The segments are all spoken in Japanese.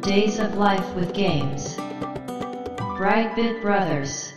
Days of Life with Games. Brightbit Brothers.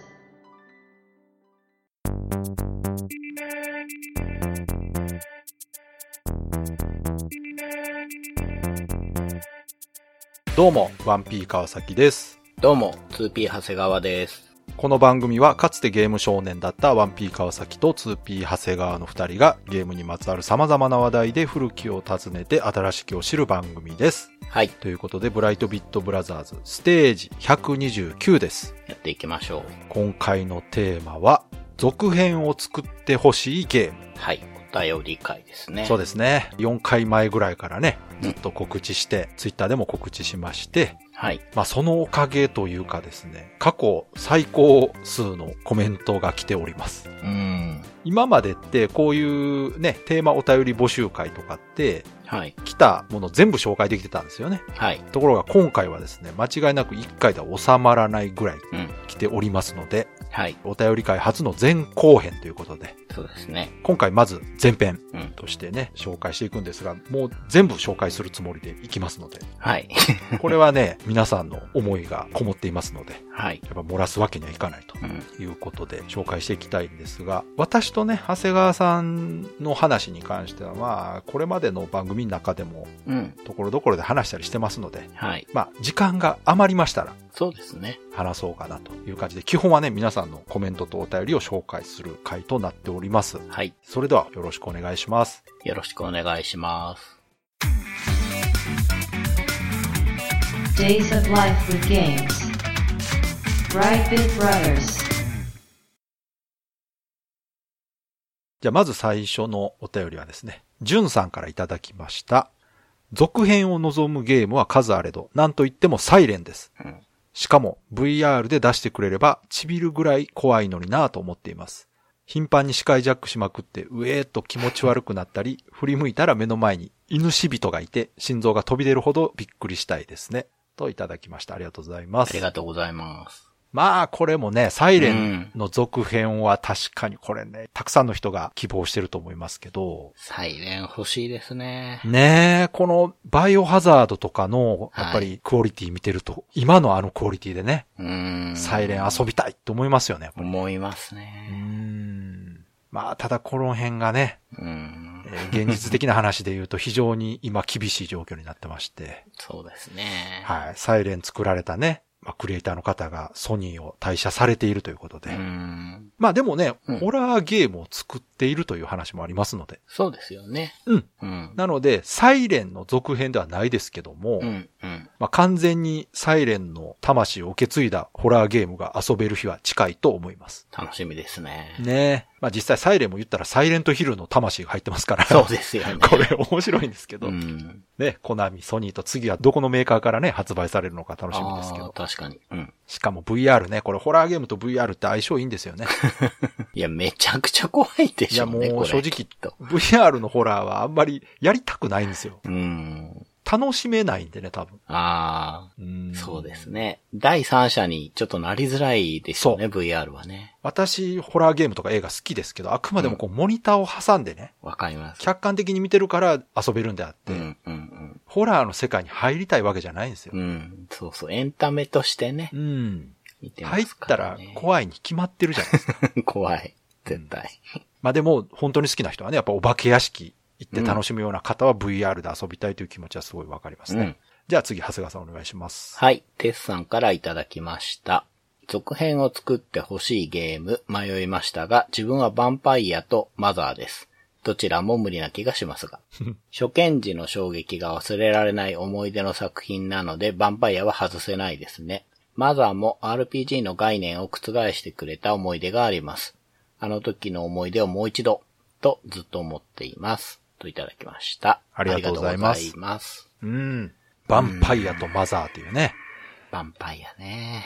どうも、ワンピー川崎です。どうも、2P 長谷川です。この番組はかつてゲーム少年だったワンピー川崎と 2P 長谷川の二人がゲームにまつわる様々な話題で古きを訪ねて新しきを知る番組です。はい、ということで、ブライトビットブラザーズステージ129です。やっていきましょ今回のテーマは、続編を作ってほしいゲーム。う。はい、お便り会ですね。そうでですね。4回前ぐらいからね、ずっと告知して、ツイッターでも告知しまして、す。はい、まあ、そのおかげというかですね、過去最高数のコメントが来ておりますう。ーん。今までってこういうね、テーマお便り募集会とかって、はい、来たもの全部紹介できてたんですよね。はい、ところが今回はですね、間違いなく1回では収まらないぐらいうん、来ておりますので、はい、お便り会初の前後編ということで、そうですね。今回まず前編うん、としてね、紹介していくんですが、もう全部紹介するつもりでいきますので、はい、 これはね、皆さんの思いがこもっていますので、はい、やっぱ漏らすわけにはいかないとうん、いうことで紹介していきたいんですが、私とね、長谷川さんの話に関しては、まあ、これまでの番組の中でも、うん、ところどころで話したりしてますので、はい、まあ、時間が余りましたらそうですね。話そうかなという感じで、基本はね、皆さんのコメントとお便りを紹介する回となっております。はい、それではよろしくお願いします。よろしくお願いします。 Days of Life with Games. Brightbit Brothers. じゃあ、まず最初のお便りはですね、じゅんさんからいただきました。続編を望むゲームは数あれど、なんといってもサイレンです。うん、しかも VR で出してくれれば、ちびるぐらい怖いのになぁと思っています。頻繁に視界ジャックしまくって、うえーっと気持ち悪くなったり、 振り向いたら目の前に犬死人がいて、心臓が飛び出るほどびっくりしたいですね。といただきました。ありがとうございまあすり。がとうございます。まあ、これもね、サイレうンんの続編は確かにこれね、たくさんの人が希望してると思いますけど、サイレン欲しいですね。ねえ、このバイオハザードとかの、やっぱはりクオリティ見てると、今のあのクオリティでね、うーん。サイレン遊びたいって思いますよね。思いますうーね。んまあ、ただこの辺がね、うんえ、ー現実的な話で言うと非常に今厳しい状況になってまして、そうですね。はい、サイレン作られたね、まあ、クリエイターの方がソニーを退社されているということで、うーん、まあでもね、うんホラーゲームを作っているという話もありますので、そうですよね。うん。うん、なので、サイレンの続編ではないですけども、うん、うん。まあ、完全にサイレンの魂を受け継いだホラーゲームが遊べる日は近いと思います。楽しみですね。ねえ。まあ実際サイレンも言ったらサイレントヒルの魂が入ってます から。そうですよね。これ面白いんですけど、うん。ね、コナミ、ソニーと次はどこのメーカーからね、発売されるのか楽しみですけあーど。確かに。うん。しかも VR ね、これホラーゲームと VR って相性いいんですよね。いや、めちゃくちゃ怖いでいしやょうもね。うこれ正直きっと。 VR のホラーはあんまりやりたくないんですよ。うん。楽しめないんでね、多分。ああ、うんそうです。ね。第三者にちょっとなりづらいでしょうね、VR はね。私、ホラーゲームとか映画好きですけど、あくまでもこう、モニターを挟んでね、わかります。客観的に見てるから遊べるんであっうて、ん、うん、ホラーの世界に入りたいわけじゃないんですようん。。うん。そうそう、エンタメとしてねう。ん。見てま入っすかたら、らね。怖いに決まってるじゃない ですか。ら怖い。絶対。まあでも、本当に好きな人はね、やっぱお化け屋敷行って楽しむような方は VR で遊びたいという気持ちはすごいわかりますね。うんじゃあ次、長谷川さんお願いします。はい、テスさんからいただきました。続編を作ってほしいゲーム迷いましたが、自分はヴァンパイアとマザーです。どちらも無理な気が しますが。初見時の衝撃が忘れられない思い出の作品なので、ヴァンパイアは外せないですね。マザーも RPG の概念を覆してくれた思い出があります。あの時の思い出をもう一度、とずっと思っています。といただきました。ありがとうございますありがとうございます。うん。ヴァンパイアとマザーっていうね。ヴァンパイアね。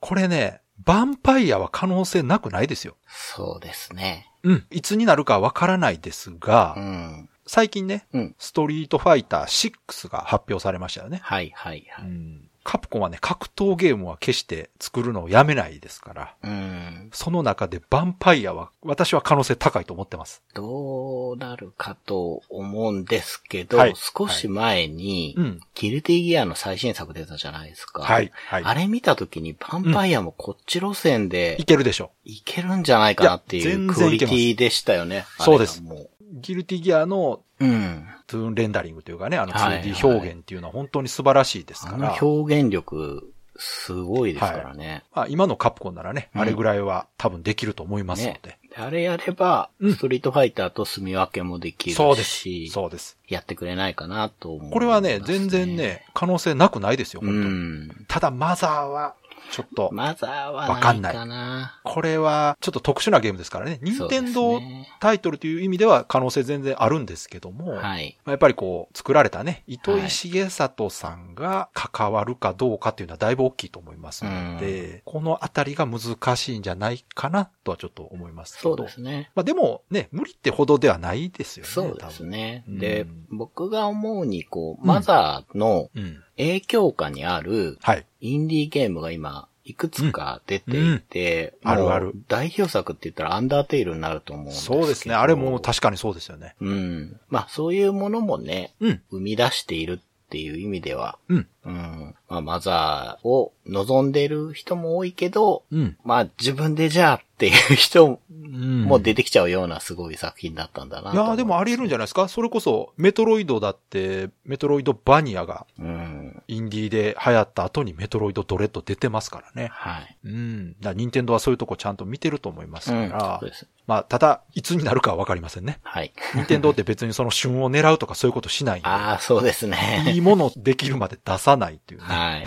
これね、ヴァンパイアは可能性なくないですよ。そうですね。うん。いつになるかわからないですが、うん。最近ね、うん。ストリートファイター6が発表されましたよね。はいはいはうい。ん。カプコンはね、格闘ゲームは決して作るのをやめないですから、うん。その中でヴァンパイアは、私は可能性高いと思ってます。どうなるかと思うんですけど、はい少し前に、うん。ギルティギアの最新作出たじゃないですか。はい。はい。あれ見た時にパンパイアもこっち路線でいけるでしょいけるんじゃないかなっていやい全う然クオリテいけィでしたよね。そうですあれがもう。ギルティギアのう。うん。トゥーンレンダリングというかね、あのはいはい 2D 表現っていうのは本当に素晴らしいですかあら。の表現力、すごいですからね。まあ、今のカプコンならね、うんあれぐらいは多分できると思いますのねで。。であれやれば、うんストリートファイターと住み分けもできるし、そうです。そうです。やってくれないかなと思います、これはね、全然ね、可能性なくないですよ、う本当に。ん。ただ、マザーは、ちょっと、マザーはわかなんいないかな。これはちょっと特殊なゲームですからね。任天そ堂うですねタイトルという意味では可能性全然あるんですけども、まはい。あやっぱりこう、作られたね、糸井重里さんが関わるかどうかっていうのはだいぶ大きいと思いますので、このあたりが難しいんじゃないかなとはちょっと思いますけそど。うですね。まあでもね、無理ってほどではないですよね。そうですね。多分うでん、僕が思うに、こうう、んマザー多の分。うん。影響下にあるはい。インディーゲームが今、いくつか出ていて、うんうんもうあるある代表作って言ったらアンダーテイルになると思うんですけど。そうですね。あれも確かにそうですよね。うん。まあそういうものもね、うん。生み出しているっていう意味では、うん。うん。まあマザーを望んでいる人も多いけど、うん。まあ自分でじゃあっていう人うんも出てきちゃうようなすごい作品だったんだなとい思やーでもあり得るんじゃないですかそれこそ、メトロイドだって、メトロイドバニアがうん。インディーで流行った後にメトロイドドレッド出てますからね。はい。うん。だニンテンドはそういうとこちゃんと見てると思いますうかん。ら。そうです。まあ、ただ、いつになるかはわかりませんね。はい。ニンテンドって別にその旬を狙うとかそういうことしないんで。ああ、そうですいね。いものできるまで出さないっていうね。はい。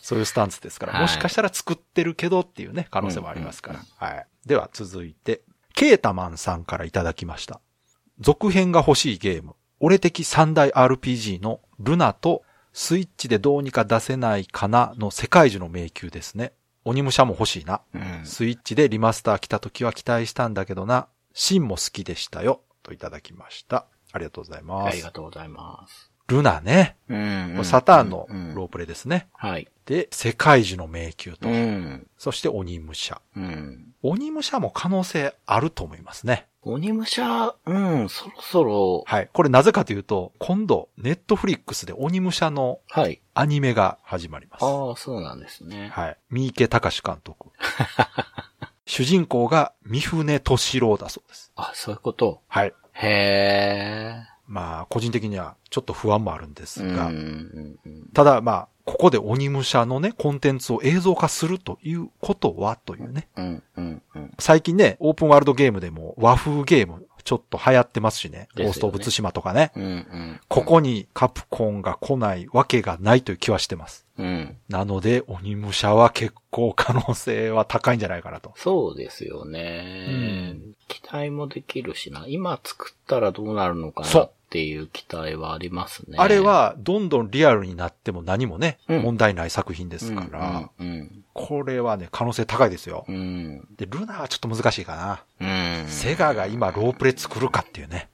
そういうスタンスですから、はいもしかしたら作ってるけどっていうね、可能性もありますから。はい。では続いて、ケータマンさんからいただきました。続編が欲しいゲーム、俺的三大 RPG のルナとスイッチでどうにか出せないかなの世界中の迷宮ですね。鬼武者も欲しいな。うん。スイッチでリマスター来た時は期待したんだけどな。シンも好きでしたよ。といただきました。ありがとうございまありすが。とうございます。ルナね。うんこれサターンのうんうんロープレイですね。はい。で、世界樹の迷宮とう、ん。そして鬼武者。うん。鬼武者も可能性あると思いますね。鬼武者、うん、そろそろ、はい。これなぜかというと、今度、ネットフリックスで鬼武者のはい。アニメが始まります。はああ、そうなんですね。い。三池隆監督。 主人公が三船敏郎だそうです。あ、そういうこと。はい。へえ。まあ、個人的にはちょっと不安もあるんですうんが、うんうん。ただまあ、ここで鬼武者のね、コンテンツを映像化するということはというね。うんうんうん。最近ね、オープンワールドゲームでも和風ゲームちょっと流行ってますしね。ですよねゴースト・オブ・ツシマとかね。うんうん。ここにカプコンが来ないわけがないという気はしてます。うん。なので、鬼武者は結構可能性は高いんじゃないかなと。そうですよね、うん期待もできるしな。今作ったらどうなるのかそなうっていう期待はありますね。あれは、どんどんリアルになっても何もね、うん問題ない作品でうん、すから、うんこれはね、可能性高いですよう。ん。で、ルナはちょっと難しいかな。うん。セガが今ロープレ作るかっていう ね、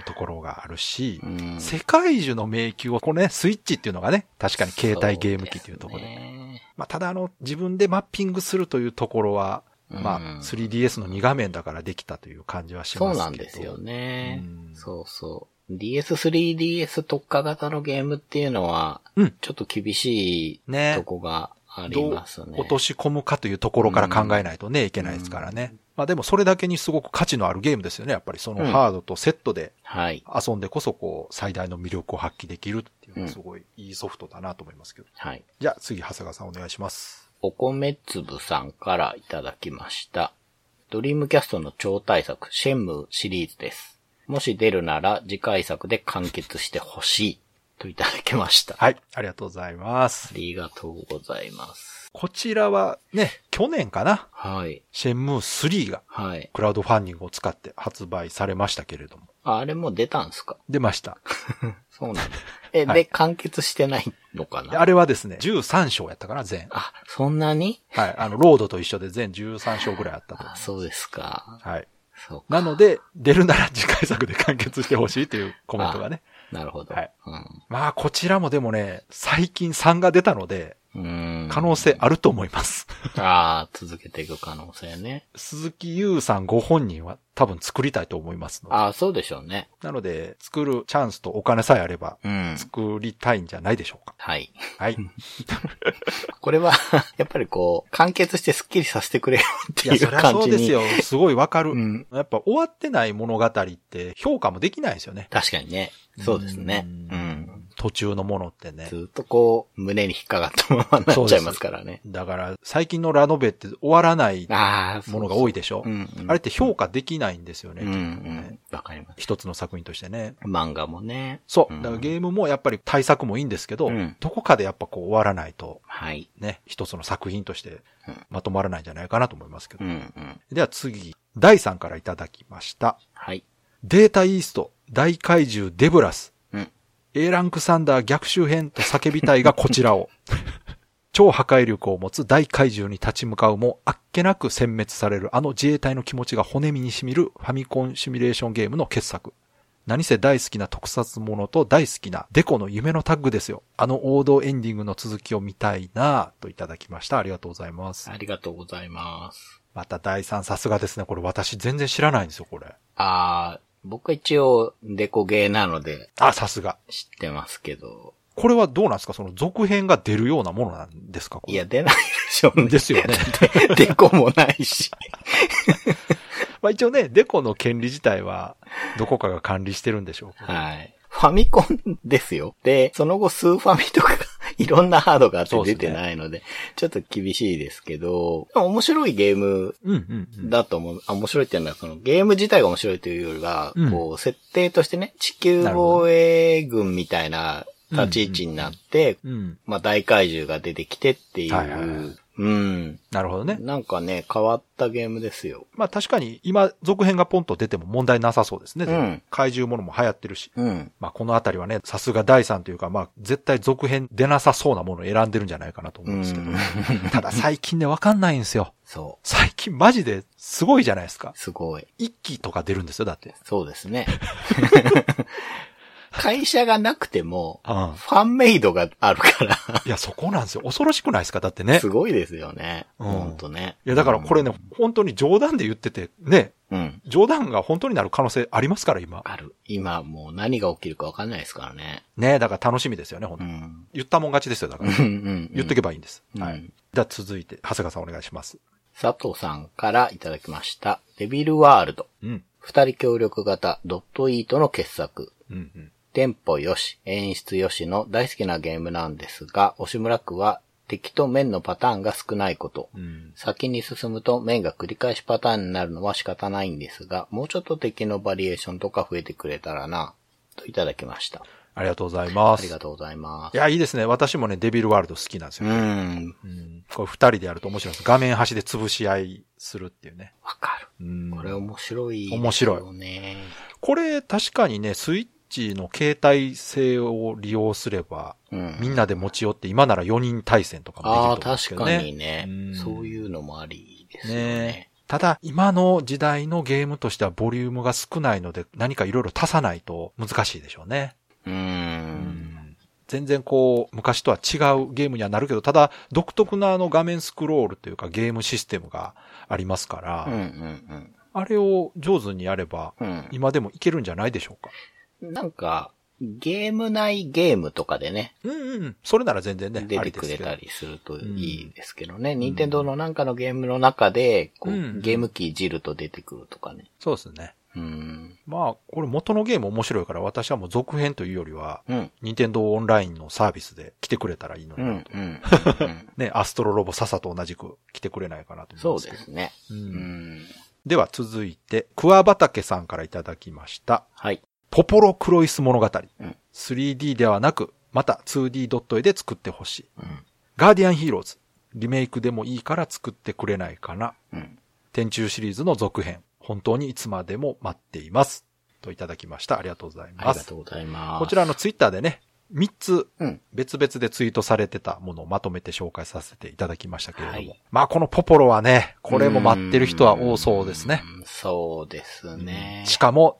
うんところがあるしう、ん。世界中の迷宮を、このね、スイッチっていうのがね、確かに携帯ゲーム機っていうところで。そうすねまあ、ただあの、自分でマッピングするというところは、まあう、ん 3DS の2画面だからできたという感じはしそますけど。うなんですよね。うんそうそう。DS3、DS 特化型のゲームっていうのは、うんちょっと厳しいねとこがありどうますね。落とし込むかというところから考えないとね、いけないですからね。まあでもそれだけにすごく価値のあるゲームですよね。やっぱりそのうんハードとセットではい。遊んでこそこう最大の魅力を発揮できるっていうのはすごいいいソフトだなと思いますけど。はい。じゃあ次、長谷川さんお願いします。お米粒さんからいただきました。ドリームキャストの超大作、シェンムーシリーズです。もし出るなら次回作で完結してほしい。といただきました。あはい、ありがとうございます。りがとうございます。こちらはね、去年かな、はい。シェンムー3がはい。クラウドファンディングを使って発売されましたけれども。ああれもう出たんすか出ま した。そうなんだ。え、 はいで、完結してないのかでなあれはですね、13章やったかな、全。あ、そんなにはい。あの、 ロードと一緒で全13章ぐらいあったと思あ、そうですか。う。はい。そうか。なので、出るなら次回作で完結してほしいというコメントがね、なるほど。はいまあ、こちらもでもね、最近3が出たので、うん。うん可能性あると思います。ああ、続けていく可能性ね。鈴木優さんご本人は多分作りたいと思いますので。ああ、そうでしょうね。なので、作るチャンスとお金さえあれば、うん。作りたいんじゃないでしょうか。はい。はい。これは、 やっぱりこう、完結してスッキリさせてくれよっていや、いうそりゃ感そうじですに。よ。すごいわかる。うん。やっぱ終わってない物語って評価もできないですよね。確かにね。そうですね。ううんん。途中のものってね。ずっとこう、胸に引っかかったままになっちゃいますからね。だから、最近のラノベって終わらないああ、ものが多いででしょう。ん、うん。あれって評価できないんですよね。うん、うん。わかります。一つの作品としてね。漫画もね。そう。うんだからゲームもやっぱり対策もいいんですけど、うんどこかでやっぱこう終わらないと、はい。ね、一つの作品としてうんまとまらないんじゃないかなと思いますけど。うん、うん。では次、第3からいただきました。はい。データイースト、大怪獣デブラス、うん。 A ランクサンダー逆襲編と叫びたいがこちら を。超破壊力を持つ大怪獣に立ち向かうも、あっけなく殲滅されるあの自衛隊の気持ちが骨身に染みるファミコンシミュレーションゲームの傑作。何せ大好きな特撮ものと大好きなデコの夢のタッグですよ。あの王道エンディングの続きを見たいなぁといただきました。ありがとうございます。ありがとうございます。また第3さすがですね。これ私全然知らないんですよ、これ。ああ、僕は一応、デコゲーなのであ、さすが。知ってますけど、これはどうなんですかその続編が出るようなものなんですかこれいや、出ないでしょうね。ですよね。デコもないし。 まあ一応ね、デコの権利自体は、どこかが管理してるんでしょうけど。はい。ファミコンですよ。で、その後スーファミとかいろんなハードがあってそうで出すねてないので、ちょっと厳しいですけど、でも面白いゲームうんうんうん。だと思う。あ面白いっていうのは、そのゲーム自体が面白いというよりは、うんこう、設定としてね、地球なるほど防衛軍みたいな立ち位置になって、うん。まあ大怪獣が出てきてっていう、はいはいはいうん。なるほどね。なんかね、変わったゲームですよ。まあ確かに今、続編がポンと出ても問題なさそうですね。うん怪獣ものも流行ってるし。うん。まあこのあたりはね、さすが第三というか、まあ絶対続編出なさそうなものを選んでるんじゃないかなと思うんですけどう ん。ただ最近ね、わかんないんですよ。そう。最近マジですごいじゃないですか。すごい。一期とか出るんですよ、だって。そうです ね。会社がなくても、うん。ファンメイドがあるから、いや、そこなんですよ。恐ろしくないですかだってね。すごいですよね。うんほんとね。いや、だからこれね、本当に冗談で言ってて、ね、うん。うん。冗談が本当になる可能性ありますから、今。ある。今もう何が起きるかわかんないですからね。ねだから楽しみですよね、本う当に。ん。言ったもん勝ちですよ、だかうんら。うん。言っとけばいいんです。うんはい。じゃあ続いて、長谷川さんお願いします。佐藤さんからいただきました。デビルワールド。うん。二人協力型ドットイートの傑作。うん、うん。テンポよし、演出よしの大好きなゲームなんですが、押村区は敵と面のパターンが少ないこと。うん。先に進むと面が繰り返しパターンになるのは仕方ないんですが、もうちょっと敵のバリエーションとか増えてくれたらな、といただきました。ありがとうございまあす。りがとうございまいす。や、いいですね。私もね、デビルワールド好きなんですうよ。ん、うん。これ二人でやると面白いです。画面端で潰し合いするっていうね。わかる。うん。これ面白い、面白いよね。これ確かにね、スイッチの携帯性を利用すれば、うん。みんなで持ち寄って、今なら4人対戦とかもできあるあ、と思うんですけ確どかね。にねうん。そういうのもありですよねね。え。ただ、今の時代のゲームとしてはボリュームが少ないので、何かいろいろ足さないと難しいでしょうね。うーん。全然こう、昔とは違うゲームにはなるけど、ただ、独特なあの画面スクロールというかゲームシステムがありますかうんうら、んあれを上手にやれば、うん。今でもいけるんじゃないでしょうか。うん。なんか、ゲーム内ゲームとかでね、うんうん。それなら全然ね、出あてりでくすれけどた。りするといいですけどね。任天堂のなんかのゲームの中で、こう、うんゲーム機いじると出てくるとかね。そうですね。うん。まあ、これ元のゲーム面白いから、私はもう続編というよりは、うん。任天堂オンラインのサービスで来てくれたらいいのうになんと。。 うん。ね、アストロロボ笹と同じく来てくれないかなとそ思ういますけでど。すね。ううんん。では続いて、桑畑さんからいただきました。はい。ポポロクロイス物語。うん 3D ではなく、また 2D.A で作ってほしい。うん。ガーディアンヒーローズ。リメイクでもいいから作ってくれないかな。うん。天中シリーズの続編。本当にいつまでも待っています。といただきました。ありがとうございあまりがす。とうございます。こちらあのツイッターでね、 3つうん。別々でツイートされてたものをまとめて紹介させていただきましたけれども。はいまあこのポポロはね、これも待ってる人は多そうですね。うん。そうですね。しかも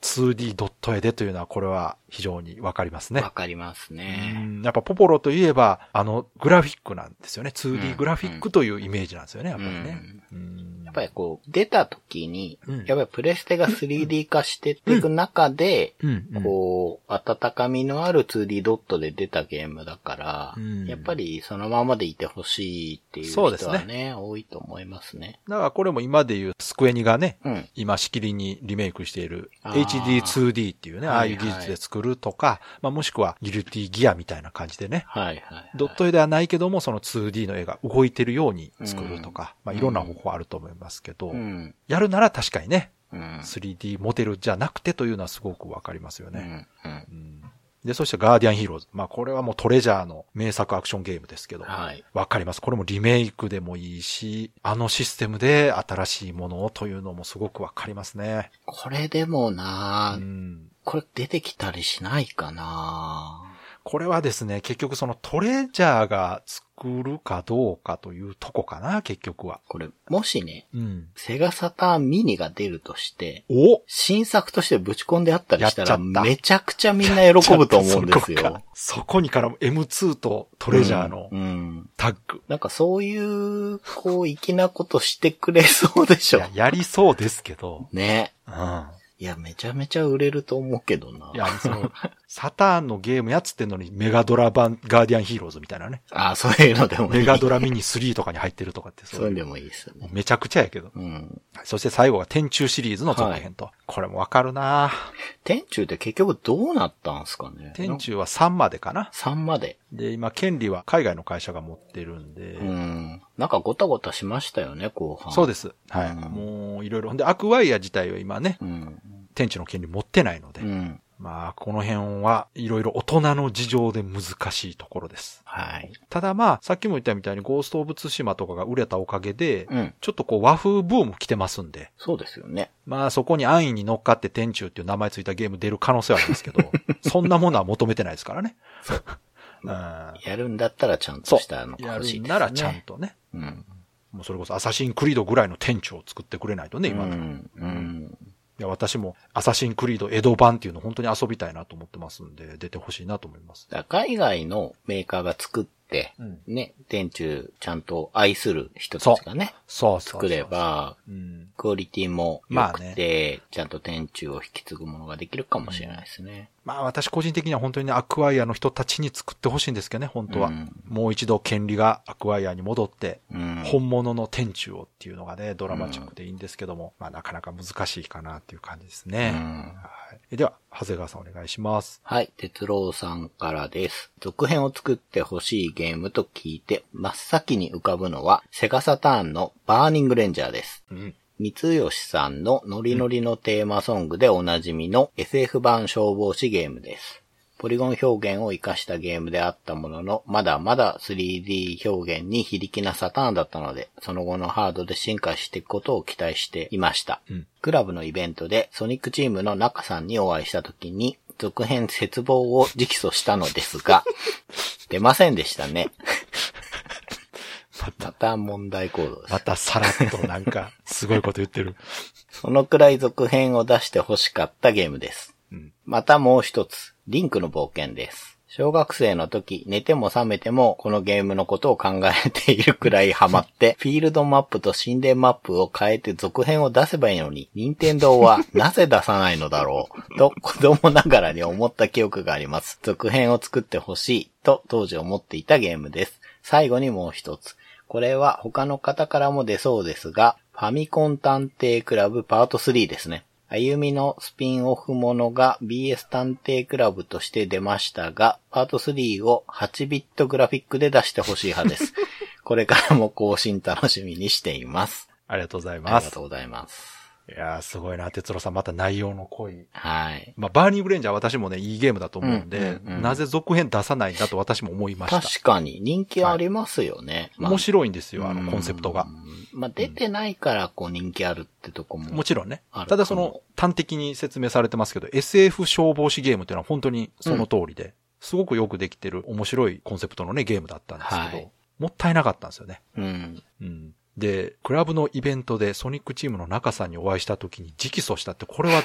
2D.A でというのはこれは非常にわかりますねわ。かりますうね。んやっぱポポロといえば、あのグラフィックなんですよね。う 2D んグラフィックというイメージなんですよね、やっぱりね。うんやっぱりこう、出た時にうん、やっぱりプレステが 3D 化してっていく中で、うんうんこう、温かみのある 2D ドットで出たゲームだから、うんやっぱりそのままでいてほしいっていう人そうはでね、す多いと思いますね。だからこれも今でいうスクエニがね、うん。今しきりにリメイクしているあー HD2D っていうね、はあいあはいいう技術で作るとか、まあもしくはギルティギアみたいな感じでね、はいはい、はい。ドット絵ではないけども、その 2D の絵が動いてるように作るとか、うまんあいろんな方法あると思いますけど、うん。やるなら確かにね、うん。 3D モデルじゃなくてというのはすごくわかりますようね。ん。うん。うんで、そしてガーディアンヒーローズ。まあこれはもうトレジャーの名作アクションゲームですけど、はい。わかります。これもリメイクでもいいし、あのシステムで新しいものをというのもすごくわかりますね。これでもなうぁ、ん。これ出てきたりしないかなこれはですね、結局そのトレジャーが作るかどうかというとこかな、結局は。これ、もしね、うん。セガサターンミニが出るとして、お新作としてぶち込んであったりしたやら、っちゃっためちゃくちゃみんな喜ぶと思うんですそこかよ。そこにからも M2 とトレジャーのうんうんタッグ。なんかそういう、こう、粋なことしてくれそうでしいょや。やりそうですけど、ね。うん。いや、いや、めちゃめちゃ売れると思うけどな。その、 サターンのゲームやっつってんのにメガドラ版ガーディアンヒーローズみたいなね。あ、そういうのでもいい。 メガドラミニ3とかに入ってるとかってそう そいううの。でもいいですよね。めちゃくちゃやけど。うん。そして最後が天中シリーズの続編と。これもわかるな天中って結局どうなったんすかね天中は3までかな。 3まで。で、今、権利は海外の会社が持ってるんで、うん。なんかごたごたしましたよね、後半。。そうですす。はい。うんもう、いろいろ。ほんで、アクワイア自体は今ね、うん。天中の権利持ってないので、うん。まあ、この辺はいろいろ大人の事情で難しいところです。はい。ただまあ、さっきも言ったみたいに、ゴースト・オブ・ツシマとかが売れたおかげで、うん。ちょっとこう和風ブーム来てますんで、そうですよね。まあそこに安易に乗っかって天中っていう名前ついたゲーム出る可能性はあります けど、そんなものは求めてないですからね。うんやるんだったらちゃんそとうしたの。がや欲しいるです、ね。ならちゃんとね。うん。もうそれこそアサシンクリードぐらいの店長を作ってくれないとね、今うね。いん。うん。や、私もアサシンクリード江戸版っていうの本当に遊びたいなと思ってますんで、出てほしいなと思います。だから海外のメーカーが作って、うんね、電柱ちゃんと愛する人たちがね、そうそうそう作れ。ば、うん。クオリティも良まあくねて、ちゃんと電柱を引き継ぐものができるかもしれないですね。まあ私個人的には本当にね、アクアイアの人たちに作ってほしいんですけどね、本当は。うんもう一度権利がアクアイアに戻って、うん。本物の天中をっていうのがね、ドラマチックでいいんですけども、まあなかなか難しいかなっていう感じですね。うんはい、では、長谷川さんお願いします。はい、哲郎さんからです。続編を作ってほしいゲームと聞いて、真っ先に浮かぶのは、セガサターンのバーニングレンジャーです。うん。三吉さんのノリノリのテーマソングでおなじみの SF 版消防士ゲームです。ポリゴン表現を活かしたゲームであったものの、まだまだ 3D 表現に非力なサターンだったので、その後のハードで進化していくことを期待していました。うんクラブのイベントでソニックチームの中さんにお会いした時に、続編絶望を直訴したのですが、出ませんでしたね。また問題行動ですま。たさらっとなんか、すごいこと言ってる。そのくらい続編を出して欲しかったゲームです。うんまたもう一つ、リンクの冒険です。小学生の時、寝ても覚めても、このゲームのことを考えているくらいハマ って、フィールドマップと心霊マップを変えて続編を出せばいいのに、任天堂はなぜ出さないのだろう、と子供ながらに思った記憶があります。続編を作ってほしい、と当時思っていたゲームです。最後にもう一つ。これは他の方からも出そうですが、ファミコン探偵クラブパート3ですね。あゆみのスピンオフものが BS 探偵クラブとして出ましたが、パート3を8ビットグラフィックで出してほしい派 です。これからも更新楽しみにしています。ありがとうございあまりがすと。うございます。いやー、すごいな、哲郎さん。また内容の濃い。はい。まあ、バーニングレンジャー私もね、いいゲームだと思うんで、うんうんうんなぜ続編出さないんだと私も思いました。確かに人気ありますよね。まあ面白いんですよ、あのコンセプトが。うんまあ出てないからこう人気あるってとこも。もちろんねあ。るただその、端的に説明されてますけど、SF 消防士ゲームっていうのは本当にその通りで、すごくよくできてる面白いコンセプトのね、ゲームだったんですけど、はいもったいなかったんですよね。うん。うん。で、クラブのイベントでソニックチームの中さんにお会いした時に直訴したって、こ れは、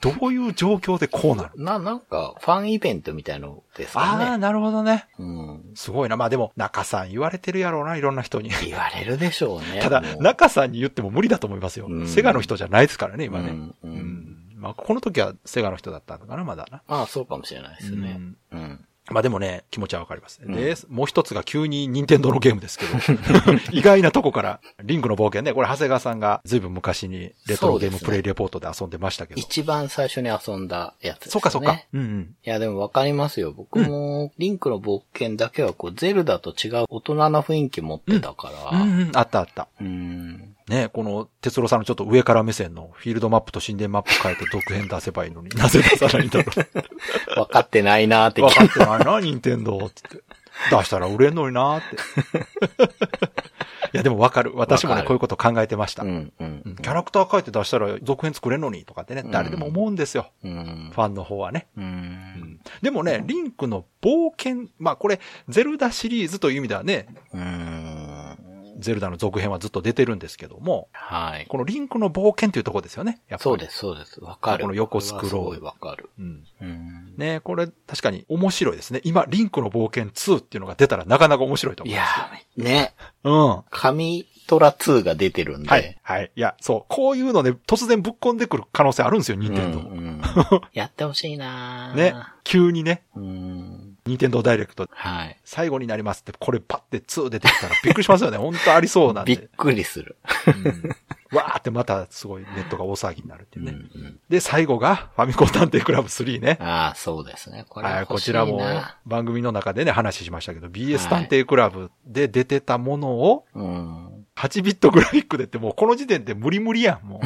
どういう状況でこうなるな、なんか、ファンイベントみたいのですかああ、ね。なるほどね。うん。すごいな。まあでも、中さん言われてるやろうな、いろんな人に。言われるでしょうね。 ただも、う中さんに言っても無理だと思いますよう。んセガの人じゃないですからね、今ね。うんううんんまあ、この時はセガの人だったのかな、まだな。まあ、そうかもしれないですねう。んうん。まあでもね、気持ちはわかります。うんで、もう一つが急に任天堂のゲームですけ ど、意外なとこから、リングの冒険ね、これ長谷川さんが随分昔にレトロゲームプレイレポートで遊んでましたけど。一番最初に遊んだやつですね。そうかそうか。うんうん。いや、でもわかりますよ。僕も、リンクの冒険だけは、こう、ゼルダと違う大人な雰囲気持ってたから、うんうん、あったあった。うん。ね、この、哲郎さんのちょっと上から目線のフィールドマップと神殿マップ変えて続編出せばいいのに、なぜ出さないんだろ う。わかってないなーって分かってないな、任天堂って言って。出したら売れんのになっ て。いや、でもわかる。私もわね、かるこういうこと考えてました。ううんん、うん。キャラクター変えて出したら続編作れんのにとかってね、うん誰でも思うんですよ。うんフ。ァンの方はね。う。うんんでもね、リンクの冒険、まあこれ、ゼルダシリーズという意味ではね、うん。ゼルダの続編はずっと出てるんですけども、はい。このリンクの冒険というところですよね。やっぱりそうです、そうです。わかる。この横スクロールこれはすごいわかる。うんうん。ねこれ確かに面白いですね。今、リンクの冒険2っていうのが出たらなかなか面白いと思。いうやー、ね。うん。神トラ2が出てるんで。はい。。はい。いや、そう。こういうのね、突然ぶっ込んでくる可能性あるんですよ、任天堂。うんうんやってほしいなーね。急にね、うん。任天堂ダイレクト、はい。最後になりますって、これパッて2出てきたらびっくりしますよね。本当ありそうなんびっで。くりする。うんわーってまたすごいネットが大騒ぎになるっていうね。うんうんで、最後が、ファミコン探偵クラブ3ね。ああ、そうですね。これはい、はこ欲しちいな。らも番組の中でね、話しましたけど、は BS い探偵クラブで出てたものを、うん。 8ビットグラフィックでってもうこの時点で無理無理やん、も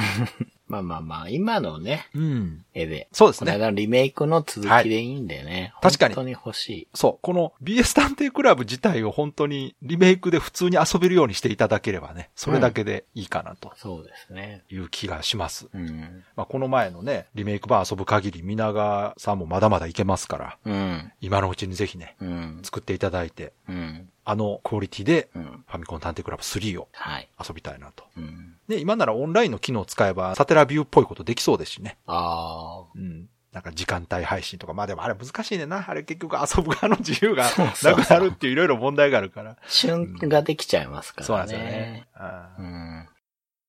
まあまあまあ、今のね、う。うん。絵で。そうですこねの。間のリメイクの続きでいいんでね。はい確かに本当に欲しい。そう。この BS 探偵クラブ自体を本当にリメイクで普通に遊べるようにしていただければね、それだけでいいかなとそうですね。いう気がします。うん。まあ、この前のね、リメイク版遊ぶ限り、皆川さんもまだまだいけますから、うん。今のうちにぜひね、うん。作っていただいて、うん。あのクオリティでうん。ファミコン探偵クラブ3をはい。遊びたいなと。うん。で、今ならオンラインの機能を使えば、サテラビューっぽいことできそうですしね。あうん。なんか時間帯配信とか、まあでもあれ難しいねんな。あれ結局遊ぶ側の自由がそうそうなくなるっていういろいろ問題があるから。あ。旬ができちゃいますからね。そうなんですよね。。うんうん。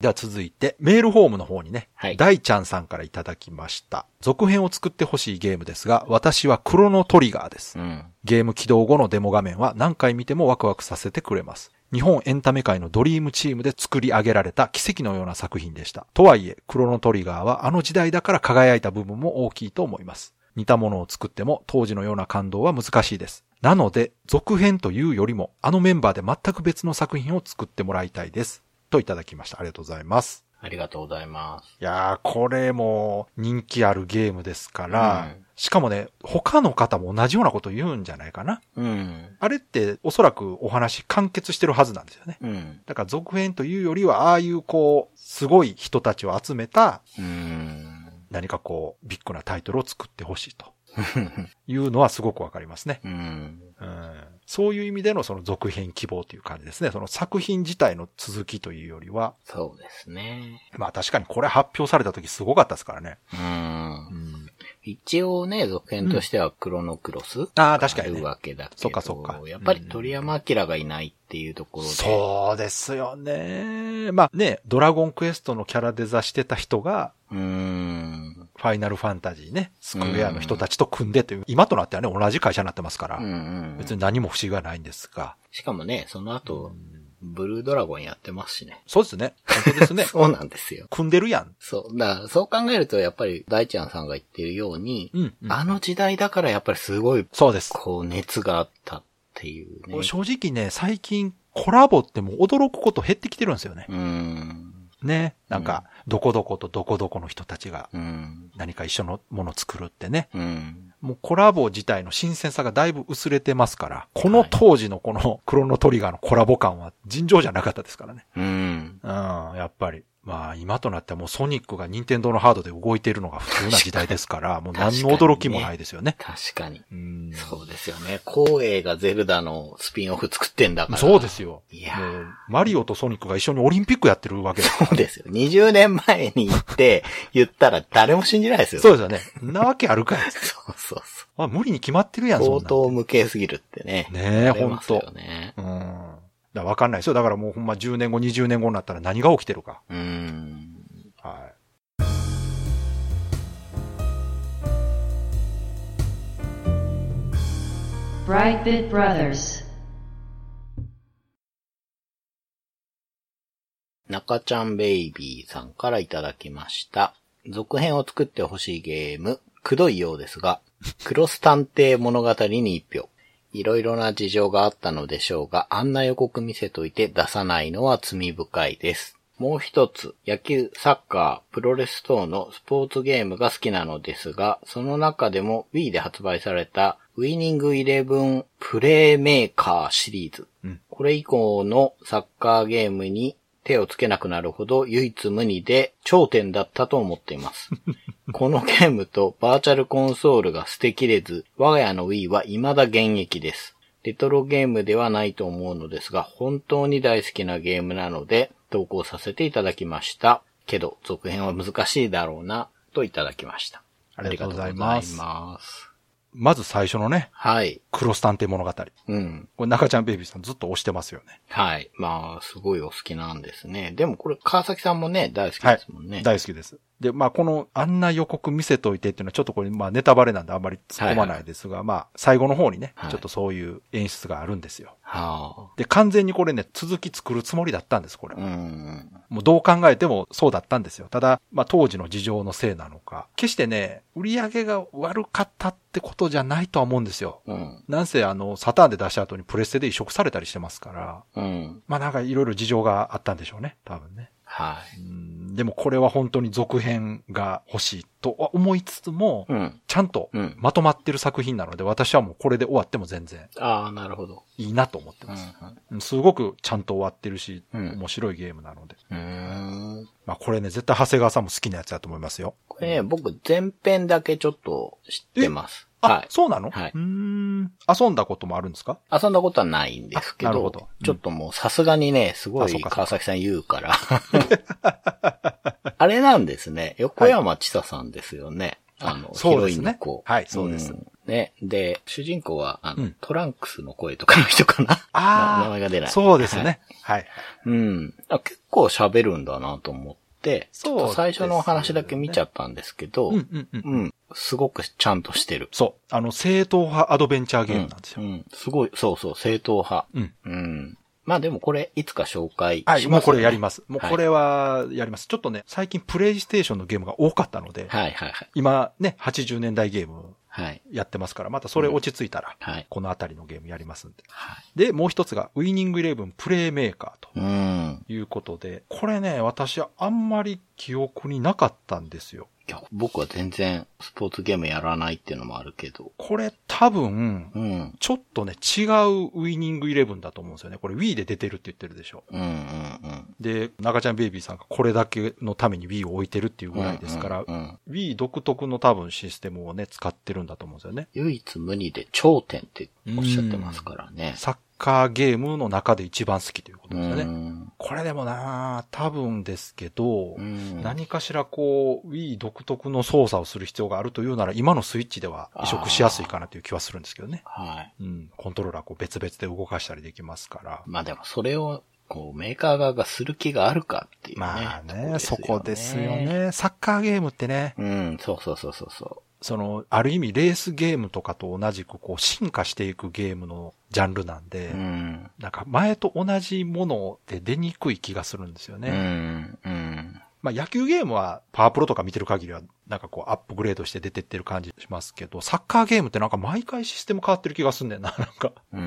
では続いて、メールフォームの方にね、はい大ちゃんさんからいただきました。続編を作ってほしいゲームですが、私はクロノトリガーですう。ん。ゲーム起動後のデモ画面は何回見てもワクワクさせてくれます。日本エンタメ界のドリームチームで作り上げられた奇跡のような作品でした。とはいえ、クロノトリガーはあの時代だから輝いた部分も大きいと思います。似たものを作っても当時のような感動は難しいです。なので、続編というよりも、あのメンバーで全く別の作品を作ってもらいたいです。といただきました。ありがとうございます。ありがとうございます。いやー、これも人気あるゲームですから、うんしかもね、他の方も同じようなこと言うんじゃないかな。うん。あれっておそらくお話完結してるはずなんですよね。うん。だから続編というよりは、ああいうこう、すごい人たちを集めたうん。何かこう、ビッグなタイトルを作ってほしいというのはすごくわかりますね。うん。うんそういう意味でのその続編希望という感じですね。その作品自体の続きというよりは、そうですね。まあ確かにこれ発表された時すごかったですからね。うんう。ん、一応ね、続編としてはクロノクロス、ああ、確かに、あねる。わけだけど。そっかそっかやっぱり鳥山明がいないっていうところで。そうですよね。まあね、ドラゴンクエストのキャラデザしてた人が、う。うーん。ファイナルファンタジーね、スクエアの人たちと組んでという、今となってはね、同じ会社になってますから、うんうん。別に何も不思議はないんですが。しかもね、その後、ブルードラゴンやってますしね。。そうですね。本当ですね そうなんですよ。組んでるやん。そう。だから、そう考えると、やっぱり、大ちゃんさんが言ってるように、うん、あの時代だからやっぱりすごい、そうです。こう、熱があったっていうね。正直ね、最近コラボってもう驚くこと減ってきてるんですよねう。ーん。ね。なんか、どこどことどこどこの人たちがうん。何か一緒のもの作るってね。うん。もうコラボ自体の新鮮さがだいぶ薄れてますから、この当時の このクロノトリガーのコラボ感は尋常じゃなかったですからね。うん。うん、やっぱり。まあ今となってはもうソニックが任天堂のハードで動いているのが普通な時代です から、もう何の驚きもないですよね。確かに。うんそうですよね。光栄がゼルダのスピンオフ作ってんだから。そうですよ。いやもーうマリオとソニックが一緒にオリンピックやってるわけですからそうですよ。20年前に行って、言ったら誰も信じないですよ。そううですよね。んなわけあるかい。 そうそうそあ、無理に決まってるやう。ん、そんな相ん当無形すぎるってね。ねえ、言われほんますよと。ね。うん。だからわかんないですよ。だからもうほんま10年後、20年後になったら何が起きてるか。うーん。はい。 Brightbit Brothers. 中ちゃんベイビーさんからいただきました。続編を作ってほしいゲーム、くどいようですが、クロス探偵物語に一票。いろいろな事情があったのでしょうが、あんな予告見せといて出さないのは罪深いです。もう一つ、野球、サッカー、プロレス等のスポーツゲームが好きなのですが、その中でも Wii で発売されたウィニングイレブンプレイメーカーシリーズこれ以降のサッカーゲームに手をつけなくなるほど唯一無二で頂点だったと思ってい ます。このゲームとバーチャルコンソールが捨てきれず、我が家の Wii は未だ現役です。レトロゲームではないと思うのですが、本当に大好きなゲームなので、投稿させていただきました。けど、続編は難しいだろうな、といただきました。ありがとうございますありがとうございますまず最初のね、はい。クロス探偵物語。こうん。れ中ちゃんベイビーさんずっと押してますよね。はい。まあ、すごいお好きなんですね。でもこれ、川崎さんもね、大好きですもんね。大好きです。で、まあこの、あんな予告見せといてっていうのはちょっとこれ、まあネタバレなんであんまり突っ込まないですが、まあ最後の方にね、はいちょっとそういう演出があるんですよ。はで、完全にこれね、続き作るつもりだったんです、これあ。う。ん。もうどう考えてもそうだったんですよ。ただ、まあ当時の事情のせいなのか、決してね、売り上げが悪かったってことじゃないとは思うんですよ。うん。なんせあの、サターンで出した後にプレステで移植されたりしてますから、うん。まあなんかいろいろ事情があったんでしょうね、多分ね。はうい。んでもこれは本当に続編が欲しいと思いつつも、うん。ちゃんとうん。まとまってる作品なので、私はもうこれで終わっても全然ああ、なるほど。いいなと思ってうます。ん。うんすごくちゃんと終わってるし、うん面白いゲームなので。うん。まあこれね、絶対長谷川さんも好きなやつだと思いますよ。これね、僕、前編だけちょっと知ってます。あ、はい。そうなのはいうーん。遊んだこともあるんですか遊んだことはないんですけあど、なるほどうんちょっともうさすがにね、すごあそういかそうか川崎さん言うから。 あれなんですね、横山千佐さんですよね。はいあの、あヒそうロでイすンねの子。はいそうですんね。で、主人公は、あの、うんトランクスの声とかの人か な。あーな名前が出ない。そうですね。はい。 うん。あ結構喋るんだなと思って、ちそうょっと最初のお話だけ見ちゃったんですけど、うんうんうん。うん。すごくちゃんとしてる。そう。あの、正統派アドベンチャーゲームなんですよう。ん。すごい、そうそう、正統派。うん。うん。まあでもこれ、いつか紹介しまはす、い、ね。もうこれやります。もうはいこれはやります。ちょっとね、最近プレイステーションのゲームが多かったので、はいはいはい。今ね、80年代ゲームはい。やってますから、またそれ落ち着いたら、はい。このあたりのゲームやりますんで。はい。で、もう一つが、ウィニングイレブンプレイメーカーとうん。いうことで、これね、私あんまり記憶になかったんですよ。いや、僕は全然、スポーツゲームやらないっていうのもあるけど。これ多分、うん。うんちょっとね、違うウィニングイレブンだと思うんですよね。これ Wii で出てるって言ってるでしょ。うんうん。で、中ちゃんベイビーさんがこれだけのために Wii を置いてるっていうぐらいですから、うんうんうん Wii 独特の多分システムをね、使ってるんだと思うんですよね。唯一無二で頂点っておっしゃってますからね。サッカーゲームの中で一番好きということうですよね。ん。これでもなあ多分ですけど、うん。何かしらこう、Wii 独特の操作をする必要があるというなら、今のスイッチでは移植しやすいかなという気はするんですけどね。はうい。ん。コントローラーこう別々で動かしたりできますから。まあでも、それを、こう、メーカー側がする気があるかっていうね。まあね、そこですよ。ね。サッカーゲームってね、うん、そうそうそうそうそう。その、ある意味レースゲームとかと同じくこう進化していくゲームのジャンルなんで、うん。なんか前と同じもので出にくい気がするんですようね。ん。うん。まあ野球ゲームはパワープロとか見てる限りはなんかこうアップグレードして出てってる感じしますけど、サッカーゲームってなんか毎回システム変わってる気がすんねんな、 なんか。う。うん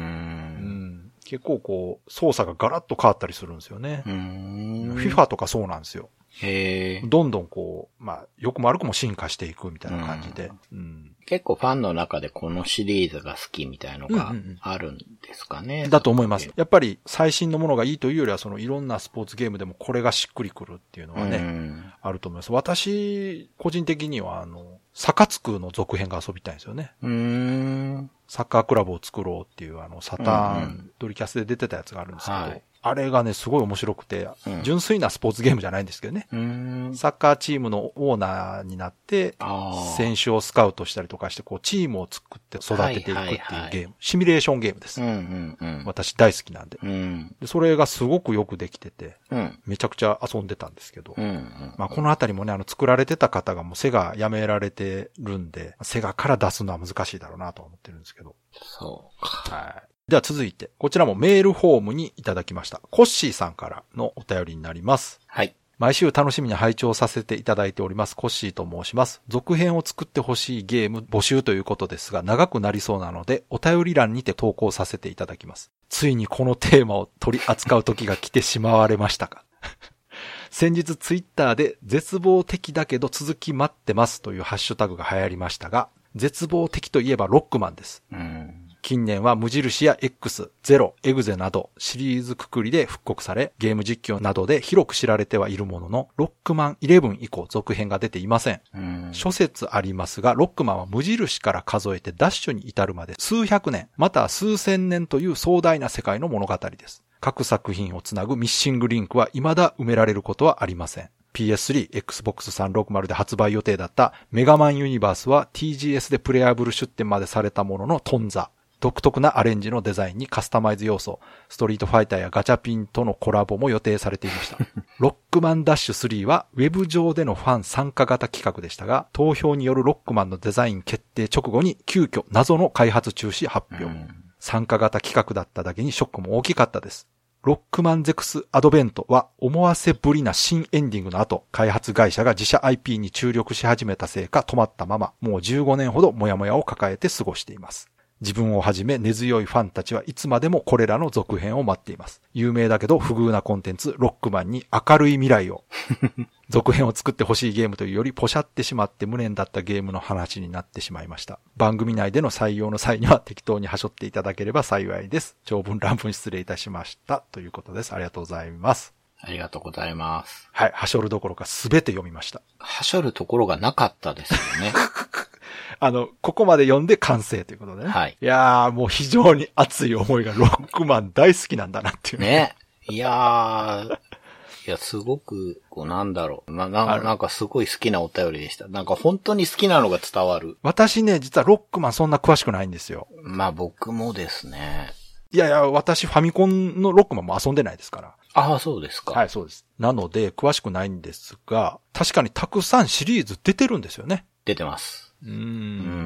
ん。結構こう操作がガラッと変わったりするんですよねう。ん。 FIFA とかそうなんですよ。へーどんどんこう、まあ、良くも悪くも進化していくみたいな感じで。うん結構ファンの中でこのシリーズが好きみたいのがうんうんうんあるんですかね。だと思いますう。やっぱり最新のものがいいというよりは、そのいろんなスポーツゲームでもこれがしっくりくるっていうのはね、ん。あると思います。私、個人的には、あの、サカツクの続編が遊びたいんですよね。うーん。サッカークラブを作ろうっていう、あの、サターン、うんうんドリキャスで出てたやつがあるんですけど、はいあれがね、すごい面白くて、うん純粋なスポーツゲームじゃないんですけどね。うーん。サッカーチームのオーナーになって、ああ。選手をスカウトしたりとかして、こう、チームを作って育てていくっていうゲーム、はいはいはシミュレーションゲームです。うんうんうん。私大好きなんでうん。で。それがすごくよくできてて、うん。めちゃくちゃ遊んでたんですけど、うんうん。まあ、このあたりもね、あの、作られてた方がもうセガやめられてるんで、セガから出すのは難しいだろうなとは思ってるんですけど。そうか。はい。では続いて、こちらもメールフォームにいただきました。コッシーさんからのお便りになります。はい。毎週楽しみに拝聴させていただいております。コッシーと申します。続編を作ってほしいゲーム募集ということですが、長くなりそうなので、お便り欄にて投稿させていただきます。ついにこのテーマを取り扱う時が来てしまわれましたか。 先日ツイッターで絶望的だけど続き待ってますというハッシュタグが流行りましたが、絶望的といえばロックマンです。うん。近年は無印や X、ゼロ、エグゼなどシリーズくくりで復刻され、ゲーム実況などで広く知られてはいるものの、ロックマン11以降続編が出ていません。うん。諸説ありますが、ロックマンは無印から数えてダッシュに至るまで数百年、または数千年という壮大な世界の物語です。各作品をつなぐミッシングリンクは未だ埋められることはありません。PS3、Xbox 360で発売予定だったメガマンユニバースは TGS でプレイアブル出展までされたものの頓挫。独特なアレンジのデザインにカスタマイズ要素、ストリートファイターやガチャピンとのコラボも予定されていました。ロックマンダッシュ3はウェブ上でのファン参加型企画でしたが、投票によるロックマンのデザイン決定直後に急遽謎の開発中止発表。うん参加型企画だっただけにショックも大きかったです。ロックマンゼクスアドベントは思わせぶりな新エンディングの後、開発会社が自社 IP に注力し始めたせいか止まったまま、もう15年ほどモヤモヤを抱えて過ごしています。自分をはじめ根強いファンたちはいつまでもこれらの続編を待っています。有名だけど不遇なコンテンツ、ロックマンに明るい未来を。続編を作ってほしいゲームというより、ポシャってしまって無念だったゲームの話になってしまいました。番組内での採用の際には適当に端折っていただければ幸いです。長文乱文失礼いたしました。ということです。ありがとうございます。ありがとうございます。はい。端折るどころかすべて読みました。はしょるところがなかったですよね。あの、ここまで読んで完成ということでね。はいいやー、もう非常に熱い思いがロックマン大好きなんだなっていう。ね。いやー。いや、すごく、こう、なんだろう。な、なあんるなんかすごい好きなお便りでした。なんか本当に好きなのが伝わる。私ね、実はロックマンそんな詳しくないんですよ。まあ僕もですね。いやいや、私ファミコンのロックマンも遊んでないですから。ああ、そうですか。はい、そうです。なので、詳しくないんですが、確かにたくさんシリーズ出てるんですよね。出てます。う。うん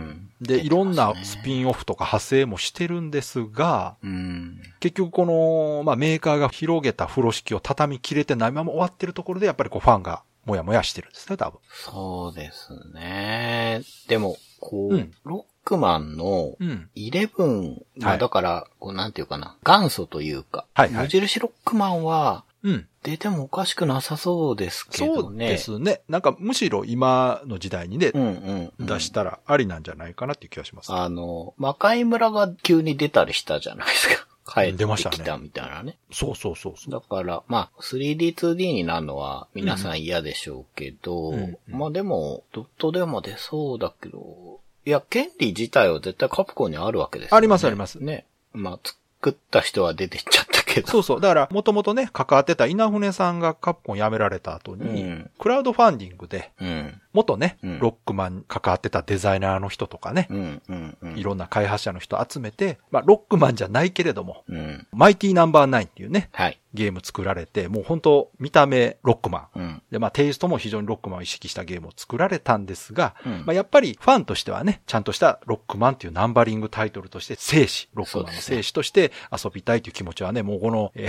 ん。で、いろんなスン。ピンオフとか派生もしてるんですが、うん。結局この、まあ、メーカーが広げた風呂敷を畳み切れてないまま終わってるところで、やっぱりこうファンがもやもやしてるんですね、多分。そうですね。でも、こう、うんロックマンの、うん。イレブンはが、いだから、こう、なんていうかな、元祖というか、はいはい無印ロックマンは、うん。出てもおかしくなさそうですけそどうね。ですね。なんかむしろ今の時代にねう、んうん、うん。出したらありなんじゃないかなっていう気がします。あの、魔界村が急に出たりしたじゃないです か。帰出まっしてたきねたみたいなね。そうそうそうそう。だから、まあ、3D2D になるのは皆さん嫌でしょうけど、うんうんまあでも、ドットでも出そうだけど、いや、権利自体は絶対カプコンにあるわけですよね。ありますありますね。まあ、作った人は出てっちゃったけど。そうそう。だから、もともとね、関わってた稲船さんがカプコン辞められた後に、うんクラウドファンディングで、うん。元ね、うんロックマン関わってたデザイナーの人とかね、うん。うん。うん。いろんな開発者の人集めて、まあ、ロックマンじゃないけれども、うん。マイティナンバーナインっていうね、はい。ゲーム作られて、もう本当見た目ロックマン。うん。で、まあ、テイストも非常にロックマンを意識したゲームを作られたんですが、うんまあ、やっぱりファンとしてはね、ちゃんとしたロックマンっていうナンバリングタイトルとして、生死、ロックマンの生死として遊びたいという気持ちはね、もうこの、えー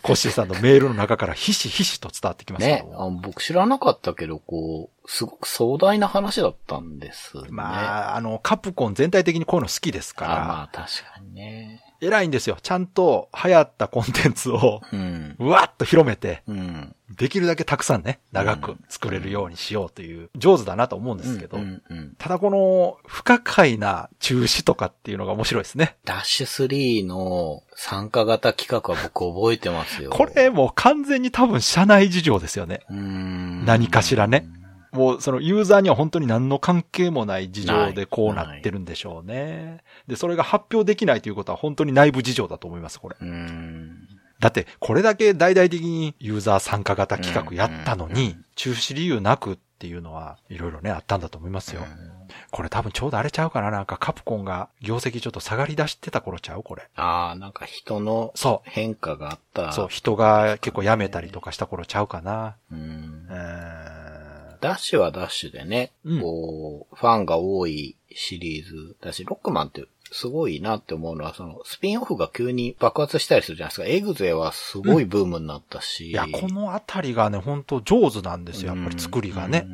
コッシーさんのメールの中からひしひしと伝わってきますけねども。あ、僕知らなかったけど、こう、すごく壮大な話だったんですね。あ、まあ、あの、カプコン全体的にこういうの好きですから、まあ確かにね。偉いんですよ。ちゃんと流行ったコンテンツを、うん。うわっと広めて、うん。できるだけたくさんね、長く作れるようにしようという、上手だなと思うんでですけど、うんうん。ただこの、不可解な中止とかっていうのが面白いですね。ダッシュ3の参加型企画は僕覚えてますよ。これもう完全に多分社内事情ですよね。うーん、何かしらねもうそのユーザーには本当に何の関係もない事情でこうなってるんでしょうね。で、それが発表できないということは本当に内部事情だと思います、これ。うーん。だって、これだけ大々的にユーザー参加型企画やったのに、中止理由なくっていうのは、いろいろね、あったんだと思いますよ。これ多分ちょうどあれちゃうかななんかカプコンが業績ちょっと下がり出してた頃ちゃうこれ。ああ、なんか人のそ変化があっう。た。そう、人が結構辞めたりとかした頃ちゃうかな。うーんう。ーん。ダッシュはダッシュでね、うんこう、ファンが多いシリーズだし、ロックマンってすごいなって思うのは、その、スピンオフが急に爆発したりするじゃないですか。エグゼはすごいブームになったし。いや、このあたりがね、本当上手なんですよ。やっぱり作りがね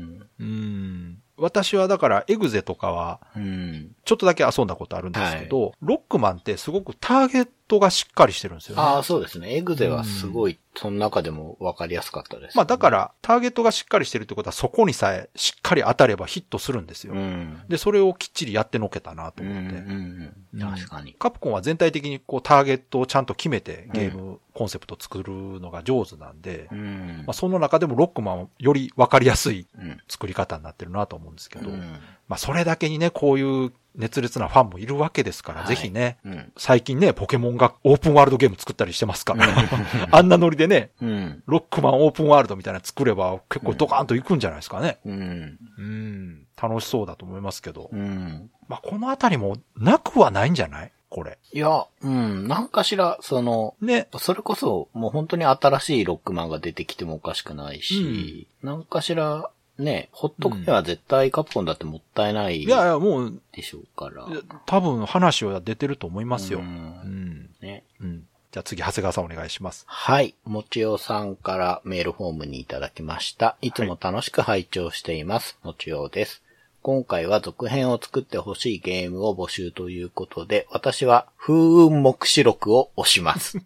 うう。ん。ん。私はだから、エグゼとかは、うん。ちょっとだけ遊んだことあるんですけど、ロックマンってすごくターゲットがしっかりしてるんですよね。ああ、そうですね。エグゼはすごい、その中でも分かりやすかったです。まあだから、ターゲットがしっかりしてるってことは、そこにさえしっかり当たればヒットするんですよ。うん。で、それをきっちりやってのけたなとうんう思って。んうん。うん確かに。カプコンは全体的にこうターゲットをちゃんと決めてゲームコンセプト作るのが上手なんで、うんまあ、その中でもロックマンはより分かりやすいうん。作り方になってるなと思うんですけうど、ん。まあそれだけにね、こういう熱烈なファンもいるわけですから、はいぜひね、うん。最近ね、ポケモンがオープンワールドゲーム作ったりしてますから、 あんなノリでね、うん。ロックマンオープンワールドみたいなの作れば結構ドカーンといくんじゃないですかね。うん。うん。楽しそうだと思いますけど。うん。まあ、このあたりもなくはないんじゃないこれ。いや、うん。なんかしら、その、ね。それこそ、もう本当に新しいロックマンが出てきてもおかしくないし、なんかしら、ね、ほっとくには絶対カプコンだってもったいないいやいや、もう、でしょうから。多分話は出てると思いますよ。ううんん。ね。うん。じゃあ次、長谷川さんお願いします。はい。もちおさんからメールフォームにいただきました。いつも楽しく拝聴しています。もちおです。今回は続編を作ってほしいゲームを募集ということで、私は風雲目視録を押します。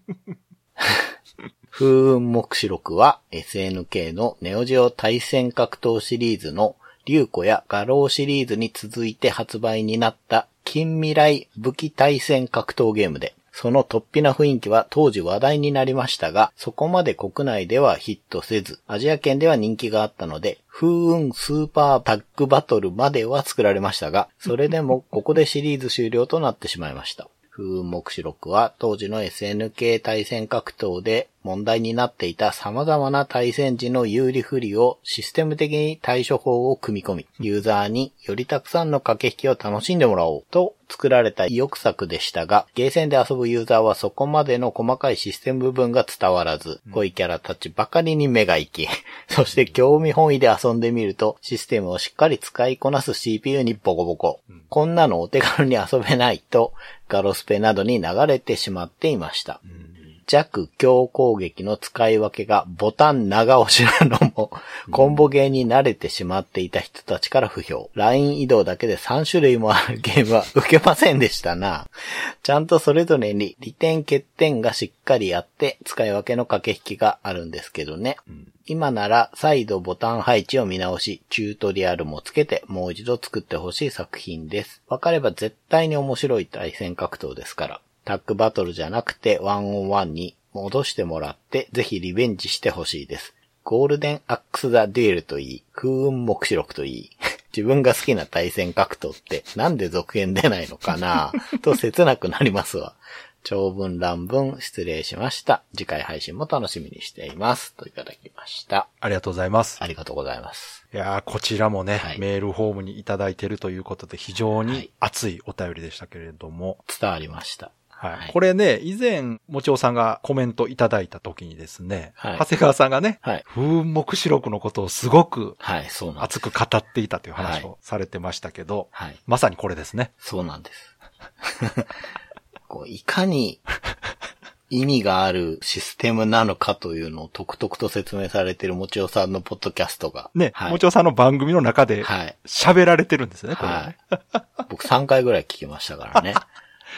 風雲目視録は SNK のネオジオ対戦格闘シリーズの竜子や画廊シリーズに続いて発売になった近未来武器対戦格闘ゲームで、その突飛な雰囲気は当時話題になりましたが、そこまで国内ではヒットせず、アジア圏では人気があったので、風雲スーパータッグバトルまでは作られましたが、それでもここでシリーズ終了となってしまいました。風雲目視録は当時の SNK 対戦格闘で問題になっていた様々な対戦時の有利不利をシステム的に対処法を組み込み、ユーザーによりたくさんの駆け引きを楽しんでもらおうと作られた意欲作でしたが、ゲーセンで遊ぶユーザーはそこまでの細かいシステム部分が伝わらず、濃いキャラたちばかりに目が行き、 そして興味本位で遊んでみると、システムをしっかり使いこなす CPU にボコボコ。こんなのお手軽に遊べないと、ガロスペなどに流れてしまっていました。弱強攻撃の使い分けがボタン長押しなのも、コンボゲーに慣れてしまっていた人たちから不評。ライン移動だけで3種類もあるゲームは受けませんでしたな。ちゃんとそれぞれに利点欠点がしっかりあって、使い分けの駆け引きがあるんですけどね。今なら再度ボタン配置を見直し、チュートリアルもつけてもう一度作ってほしい作品です。わかれば絶対に面白い対戦格闘ですから。タッグバトルじゃなくてワンオンワンに戻してもらって、ぜひリベンジしてほしいです。ゴールデンアックス・ザ・デュエルといい、風雲目視録とい い、自分が好きな対戦格闘ってなんで続編出ないの かなと切なくなりますわ。長文乱文失礼しました。次回配信も楽しみにしています。といただきました。ありがとうございます。ありがとうございます。いやーこちらもね、はいメールフォームにいただいてるということで、非常はいに熱いお便りでしたけれども、伝わりました。はい。はいこれね、以前、もちおさんがコメントいただいた時にですね、はい長谷川さんがね、はい。風雲目視録のことをすごくはい、そうなんです。熱く語っていたという話はをされてましたけど、はい、ま さにこれですね。そうなんです。こういかに意味があるシステムなのかというのをとくとくと説明されているもちおさんのポッドキャストが。ね、はい、もちろんさんの番組の中ではい。喋られてるんですよね、これはねはい。僕3回ぐらい聞きましたか らね。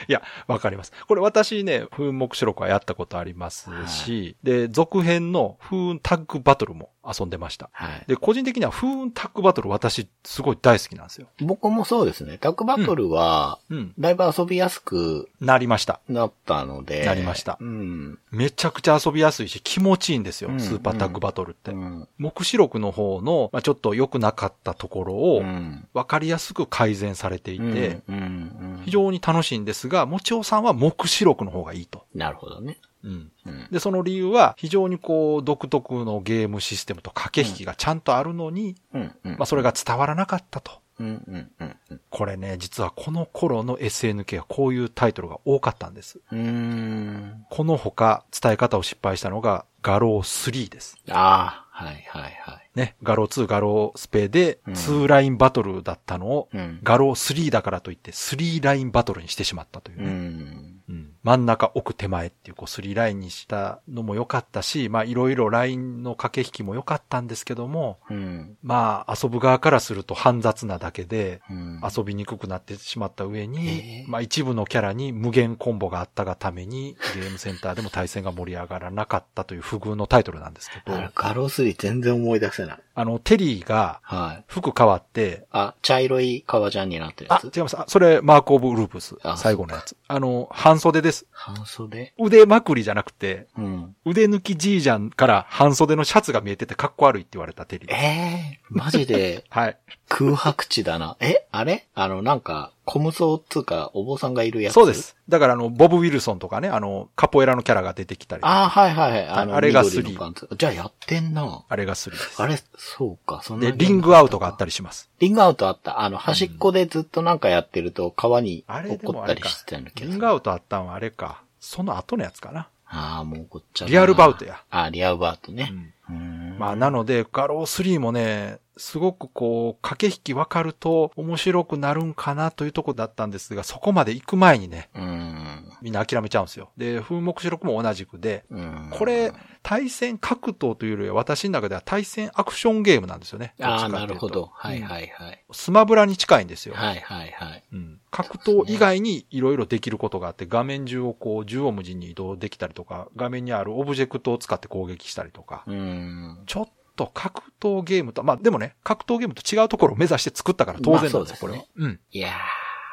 いや、わかります。これ私ね、風目白録はやったことありますし、で、続編の風雲タッグバトルも遊んでました。はい。で、個人的には風雲タッグバトル私すごい大好きなんですよ。僕もそうですね。タックバトルは、うん。だいぶ遊びやすくなりました。なったので。なりましたうん。めちゃくちゃ遊びやすいし気持ちいいんですよ、うんスーパータッグバトルって。うん。目視録の方の、まあ、ちょっと良くなかったところうを、ん。わかりやすく改善されていて、うんうん。非常に楽しいんですが、もちおさんは目視録の方がいいと。なるほどね。うん。うん。で、その理由は非常にこう独特のゲームシステムと駆け引きがちゃんとあるのに、うん。うんまあそれが伝わらなかったと。うんうんうんうん。これね、実はこの頃の SNK はこういうタイトルが多かったんです。うーん。この他伝え方を失敗したのが画廊3です。ああ、はいはいはい。ね、画廊2、画廊スペでうん2ラインバトルだったのを、うん。画廊3だからといって3ラインバトルにしてしまったといううね。ん。うん真ん中奥手前っていうこうスリーラインにしたのも良かったし、まあいろいろラインの駆け引きも良かったんですけども、うん。まあ遊ぶ側からすると煩雑なだけでうん。遊びにくくなってしまった上えにえ、まあ一部のキャラに無限コンボがあったがためにゲームセンターでも対戦が盛り上がらなかったという不遇のタイトルなんですけどあ、ら、ガロスリ全然思い出せない。あのテリーがはい。服変わって、あ、茶色い革ジャンになってるやあ、つ。違います。あそれ、マークオブ・ループスあ。最後のやつ。あの、半袖です。半袖腕まくりじゃなくて、うん。腕抜きじいじゃんから半袖のシャツが見えててかっこ悪いって言われたテリえー。えー、マジではい。空白地だな。 えあれあの、なんか、小無双っつうか、お坊さんがいるやつ。そうで。す。だからあの、ボブ・ウィルソンとかね、あの、カポエラのキャラが出てきたり。あああ、はいはいはい。あの、あれが緑のスリーパンツ。じゃあやってんな。れが3です。あれ、そうか、そんなで、ゲームだったか。リングアウトがあったりします。リングアウトあった。あの、端っこでずっとなんかやってると、川にあ落れっでこもっあたれりかしてたんだ。けリど。ングアウトあったんはあれか。その後のやつかな。ああ、もう怒っちゃうな。リアルバウトや。ああ、リアルバウトねう。んうーん。まあ、なので、ガロー3もね、すごくこう、駆け引き分かると面白くなるんかなというとこだったんですが、そこまで行く前にね、うーん。みんな諦めちゃうんですよ。で、風目白も同じくで、うーん。これ、対戦格闘というよりは私の中では対戦アクションゲームなんですよね。ああ、っちかなってるいうとほど。はいうんはいはい。スマブラに近いんですよ。はいはいはい。うん格闘以外にいろいろできることがあって、画面中をこう、縦横無尽に移動できたりとか、画面にあるオブジェクトを使って攻撃したりとか、うーん。ちょっと格闘ゲームと、まあでもね、格闘ゲームと違うところを目指して作ったから当然なんまあですよ、そこうれですはうね。ん。いや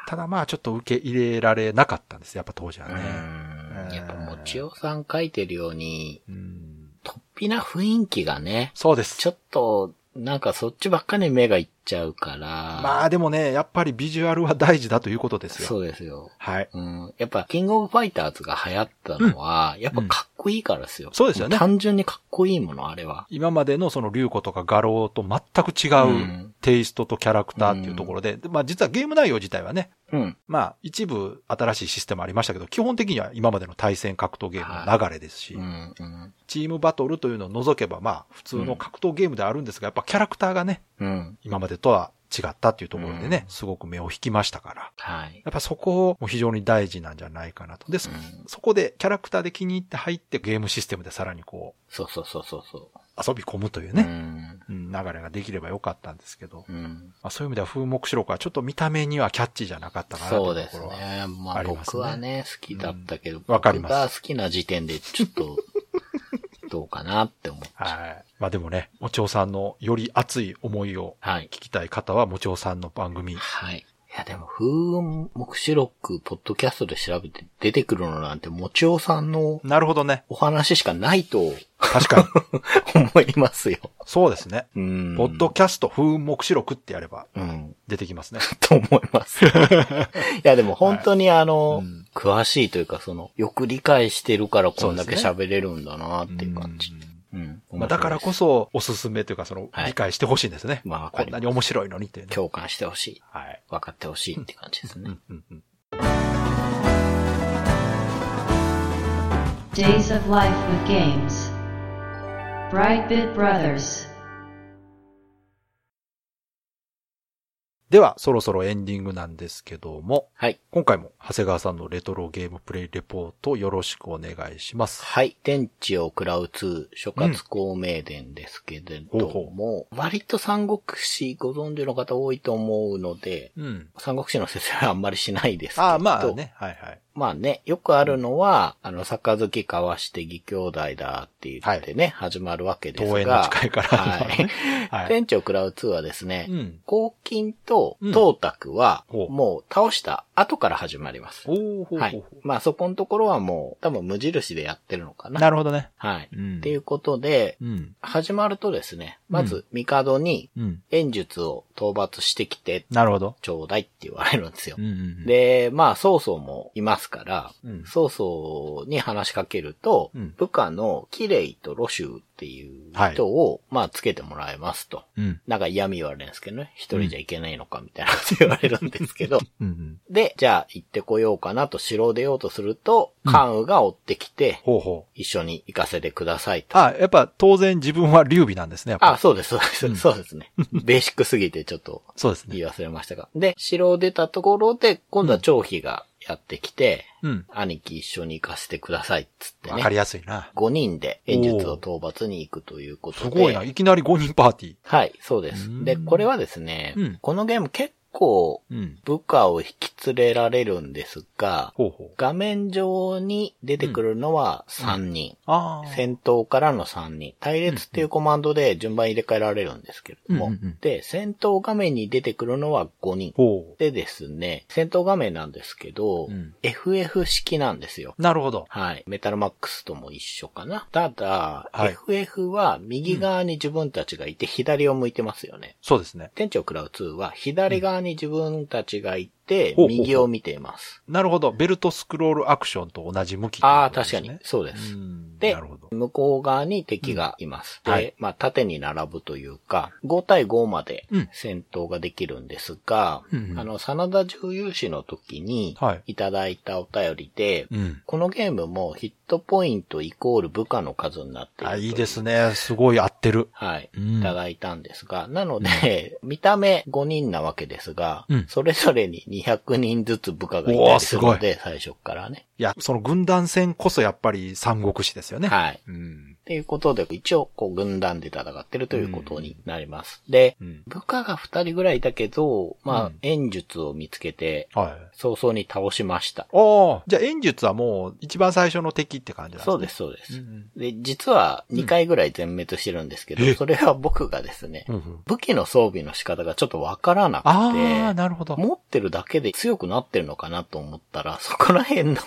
ただまあちょっと受け入れられなかったんです、やっぱ当時はー。うね。ー。うんんやっぱ、もちおさん書いてるように、うん。突飛な雰囲気がね、そうですち。ょっと、なんかそっちばっかり目がいっちゃうから。まあでもね、やっぱりビジュアルは大事だということですよ。そうですよ。はい。うん、やっぱ、キングオブファイターズが流行ったのは、やっぱかっこいいからですよ。そうですよね単純にかっこいいもの、あれは。今までのその竜子とか画廊と全く違ううんテイストとキャラクターっていうところで、でまあ実はゲーム内容自体はね、うん。まあ一部新しいシステムありましたけど、基本的には今までの対戦格闘ゲームの流れですし、うん。うん。チームバトルというのを除けばまあ普通の格闘ゲームではあるんですが、やっぱキャラクターがね、うん。今までとは違ったっていうところでね、うんすごく目を引きましたから、はい。やっぱそこも非常に大事なんじゃないかなと。で、そうんそこでキャラクターで気に入って入ってゲームシステムでさらにこうそうそうそうそうそ遊び込むというう。ね、うん、流れができればよかったんですけど、うん。うん。まあ、そういう意味では風目白はちょっと見た目にはキャッチーじゃなかったかなそといううでとこすろは。ね。まあありますね僕はね、好きだったけど、わかります僕が好きな時点で、ちょっ と、どうかなって思っちゃう。はい。まあでもね、もちおさんのより熱い思いをはい。聞きたい方は、もちおさんの番組。はい。いやでも、風雲目視録、ポッドキャストで調べて出てくるのなんて、もちおさんのなるほどね。お話しかないと確かに。 思いますよ。そうですね。うん。ポッドキャスト風目白録ってやればうん。出てきますね。と思い ます。いや、でも本当にあの、うん詳しいというか、その、よく理解してるからこんだけそ喋れるんだなっていう感じ。うん。まあだからこそ、おすすめというか、その、はい理解してほしいんですね。まあわかこりますんなに面白いのにっていうね。共感してほしい。はい。分かってほしいって感じで すうねん。うんうん Days of Life with Games. Brightbit Brothers. では、そろそろエンディングなんですけども、はい。今回も長谷川さんのレトロゲームプレイレポートよろしくお願いします。はい。天地を食らう2、諸葛孔明伝ですけれども、割と三国志ご存知の方多いと思うので、うん。三国志の説明はあんまりしないですけど。ああ、まあ。ね。はいはい。まあね、よくあるのは、あの、杯交わして義兄弟だって言ってね、始まるわけですが。東映の誓いから始まるねは。はいい天地を食らう2はですね、うん。黄金とうん董卓は、ほうもう倒した後から始まります。おーほうほうほうはい。まあそこのところはもう、多分無印でやってるのかな。なるほどね。はい。うんっていうことで、うん。始まるとですね、まうず、帝に、うん。演術を討伐してきて、なるほど。ちょうだいって言われるんですようん。うん。、で、まあ、曹操もいますから、うん曹操に話しかけると、うん部下のキレイとロシュっていう人を、まあ、つけてもらえますと。うん。なんか嫌味言われるんですけどね。一人じゃいけないのかみたいなこと言われるんです けど。うんうん。で、じゃあ行ってこようかなと城を出ようとすると、関羽が追ってきて、ほうほう。一緒に行かせてくださいと。あ、やっぱ当然自分は劉備なんですね。やっぱあ、そうです、そうです、そうですね。ベーシックすぎてちょっとそうです言ね。い忘れましたが。で、城を出たところで、今度は張飛がやってきて、うん。兄貴一緒に行かせてくださいっつってわかりね。やすいな。 5人で演術を討伐に行くということすで。ごいな。いきなり5人パーティー。はい、そうですう。んで、これはですね、うんこのゲーム結構うん。部下を引き連れられるんですが、ほうほう。画面上に出てくるのは3人。ああ。戦闘からの3人。隊列っていうコマンドで順番入れ替えられるんですけれども。うんうんうんで、戦闘画面に出てくるのは5人。ほでですね、戦闘画面なんですけど、うん FF 式なんですよ。う。なるほど。はい。メタルマックスとも一緒かな。ただ、はい FF は右側に自分たちがいて左を向いてますよね。そうですね。店長クラウ2は左側に自分たちがいてうんほうほうほう右を見ています。なるほど。ベルトスクロールアクションと同じ向きっていうああ、ことで確すね、かに。そうです。うんでなるほど。向こう側に敵がいます。うんはでい、まあ、縦に並ぶというか、5対5までうん戦闘ができるんですが、うんうんあの、真田重勇士の時にはいいただいたお便りで、うん。このゲームもヒットポイントイコール部下の数になっているあ、といういいですね。すごい合ってる。はい。うんいただいたんですが、なので、 見た目5人なわけですが、うんそれぞれに200人ずつ部下がいおたーりすするごいので、最初からね。いや、その軍団戦こそやっぱり三国志ですよね。はい。い。うん。っていうことで、一応、こう、軍団で戦ってるということになります。で、うん。部下が2人ぐらいだけど、うまあん、演術を見つけて、はい。早々に倒しました。おーじゃあ演術はもう一番最初の敵って感じなんですね。そうです、そうでうす。んで、実は2回ぐらい全滅してるんですけど、えそれは僕がですねう、ん。うんうん武器の装備の仕方がちょっとわからなくて、ああ、なるほど。持ってるだけで強くなってるのかなと思ったら、 そこら辺 の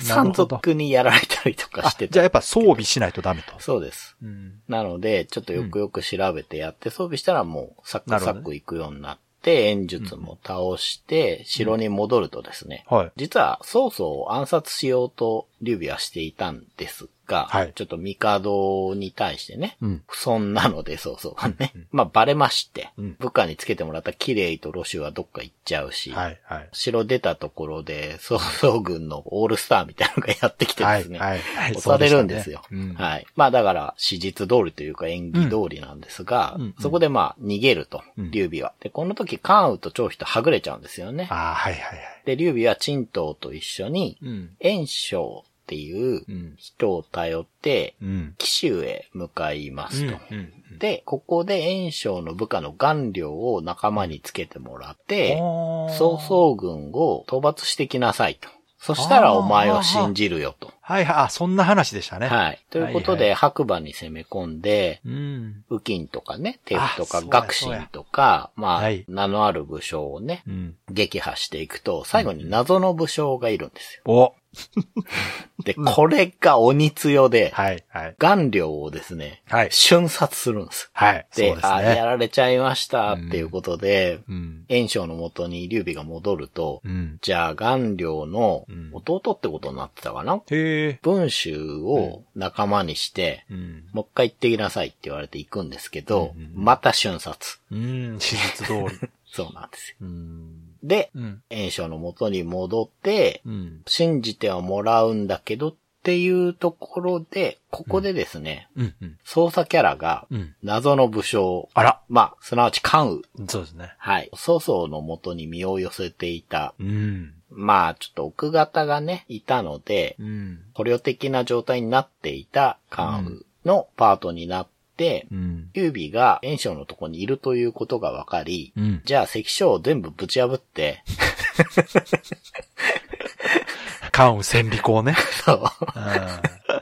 山賊にやられたりとかしてあじゃあやた。っぱ装備しないとダメと。そうです。うん。なので、ちょっとよくよく調べてやって装備したらもうサクなサるほクどいくようになって、演術も倒して、城に戻るとですね、はい。実は曹操を暗殺しようと劉備はしていたんですが、はいちょっと帝に対してね、うん。不損なので、そうそう。ね。まあ、バレまして、うん部下につけてもらったキレイとロシュはどっか行っちゃうし、はい、はい。城出たところで、曹操軍のオールスターみたいなのがやってきてですね。はい、はい。押されるんですよ。そうでしたねはい。まあだから、史実通りというか演技通りなんですが、うんうんそこでまあ逃げると、うん劉備は。で、この時関羽と張飛とはぐれちゃうんですよね。ああ、はい、はい、はい。で、劉備は陳東と一緒に、うん。袁紹っていううん。人を頼って、うん。紀州へ向かいますと。うん。で、ここで袁紹の部下の顔料を仲間につけてもらって、曹そうう。操軍を討伐してきなさいと。そしたらお前を信じるよと。はいはい、あ、そんな話でしたね。い。はい。ということはいで、白馬に攻め込んで、うん。右近とかね、鉄とあそかうや学信とか、まあはい、名のある武将をねう、ん。撃破していくと、最後に謎の武将がいるんですよ。お。で、これが鬼強で、はい、はい。顔料をですね、はい。瞬殺するんです。はい。そうでで、すあ、やね。られちゃいましたっていうことで、うん。炎章の元に劉備が戻ると、うん。じゃあ顔料のうん弟ってことになってたかなへえ。文集を仲間にして、うん。もう一回行ってきなさいって言われて行くんですけど、うんうんうんまた瞬殺。うん、史実通 り。そうなんですよ。うん。で、うん。炎章の元に戻って、うん。信じてはもらうんだけどっっていうところで、ここでですね、うん、うん。操作キャラがうん、謎の武将、あら。まあ、すなわち関羽、そうですね。はい、曹操の元に身を寄せていた、うん。まあ、ちょっと奥方がね、いたので、うん。捕虜的な状態になっていた関羽のパートになって、うん。劉備が袁紹のとこにいるということが分かり、うん。じゃあ関所を全部ぶち破って、 関羽戦備校 ね。そう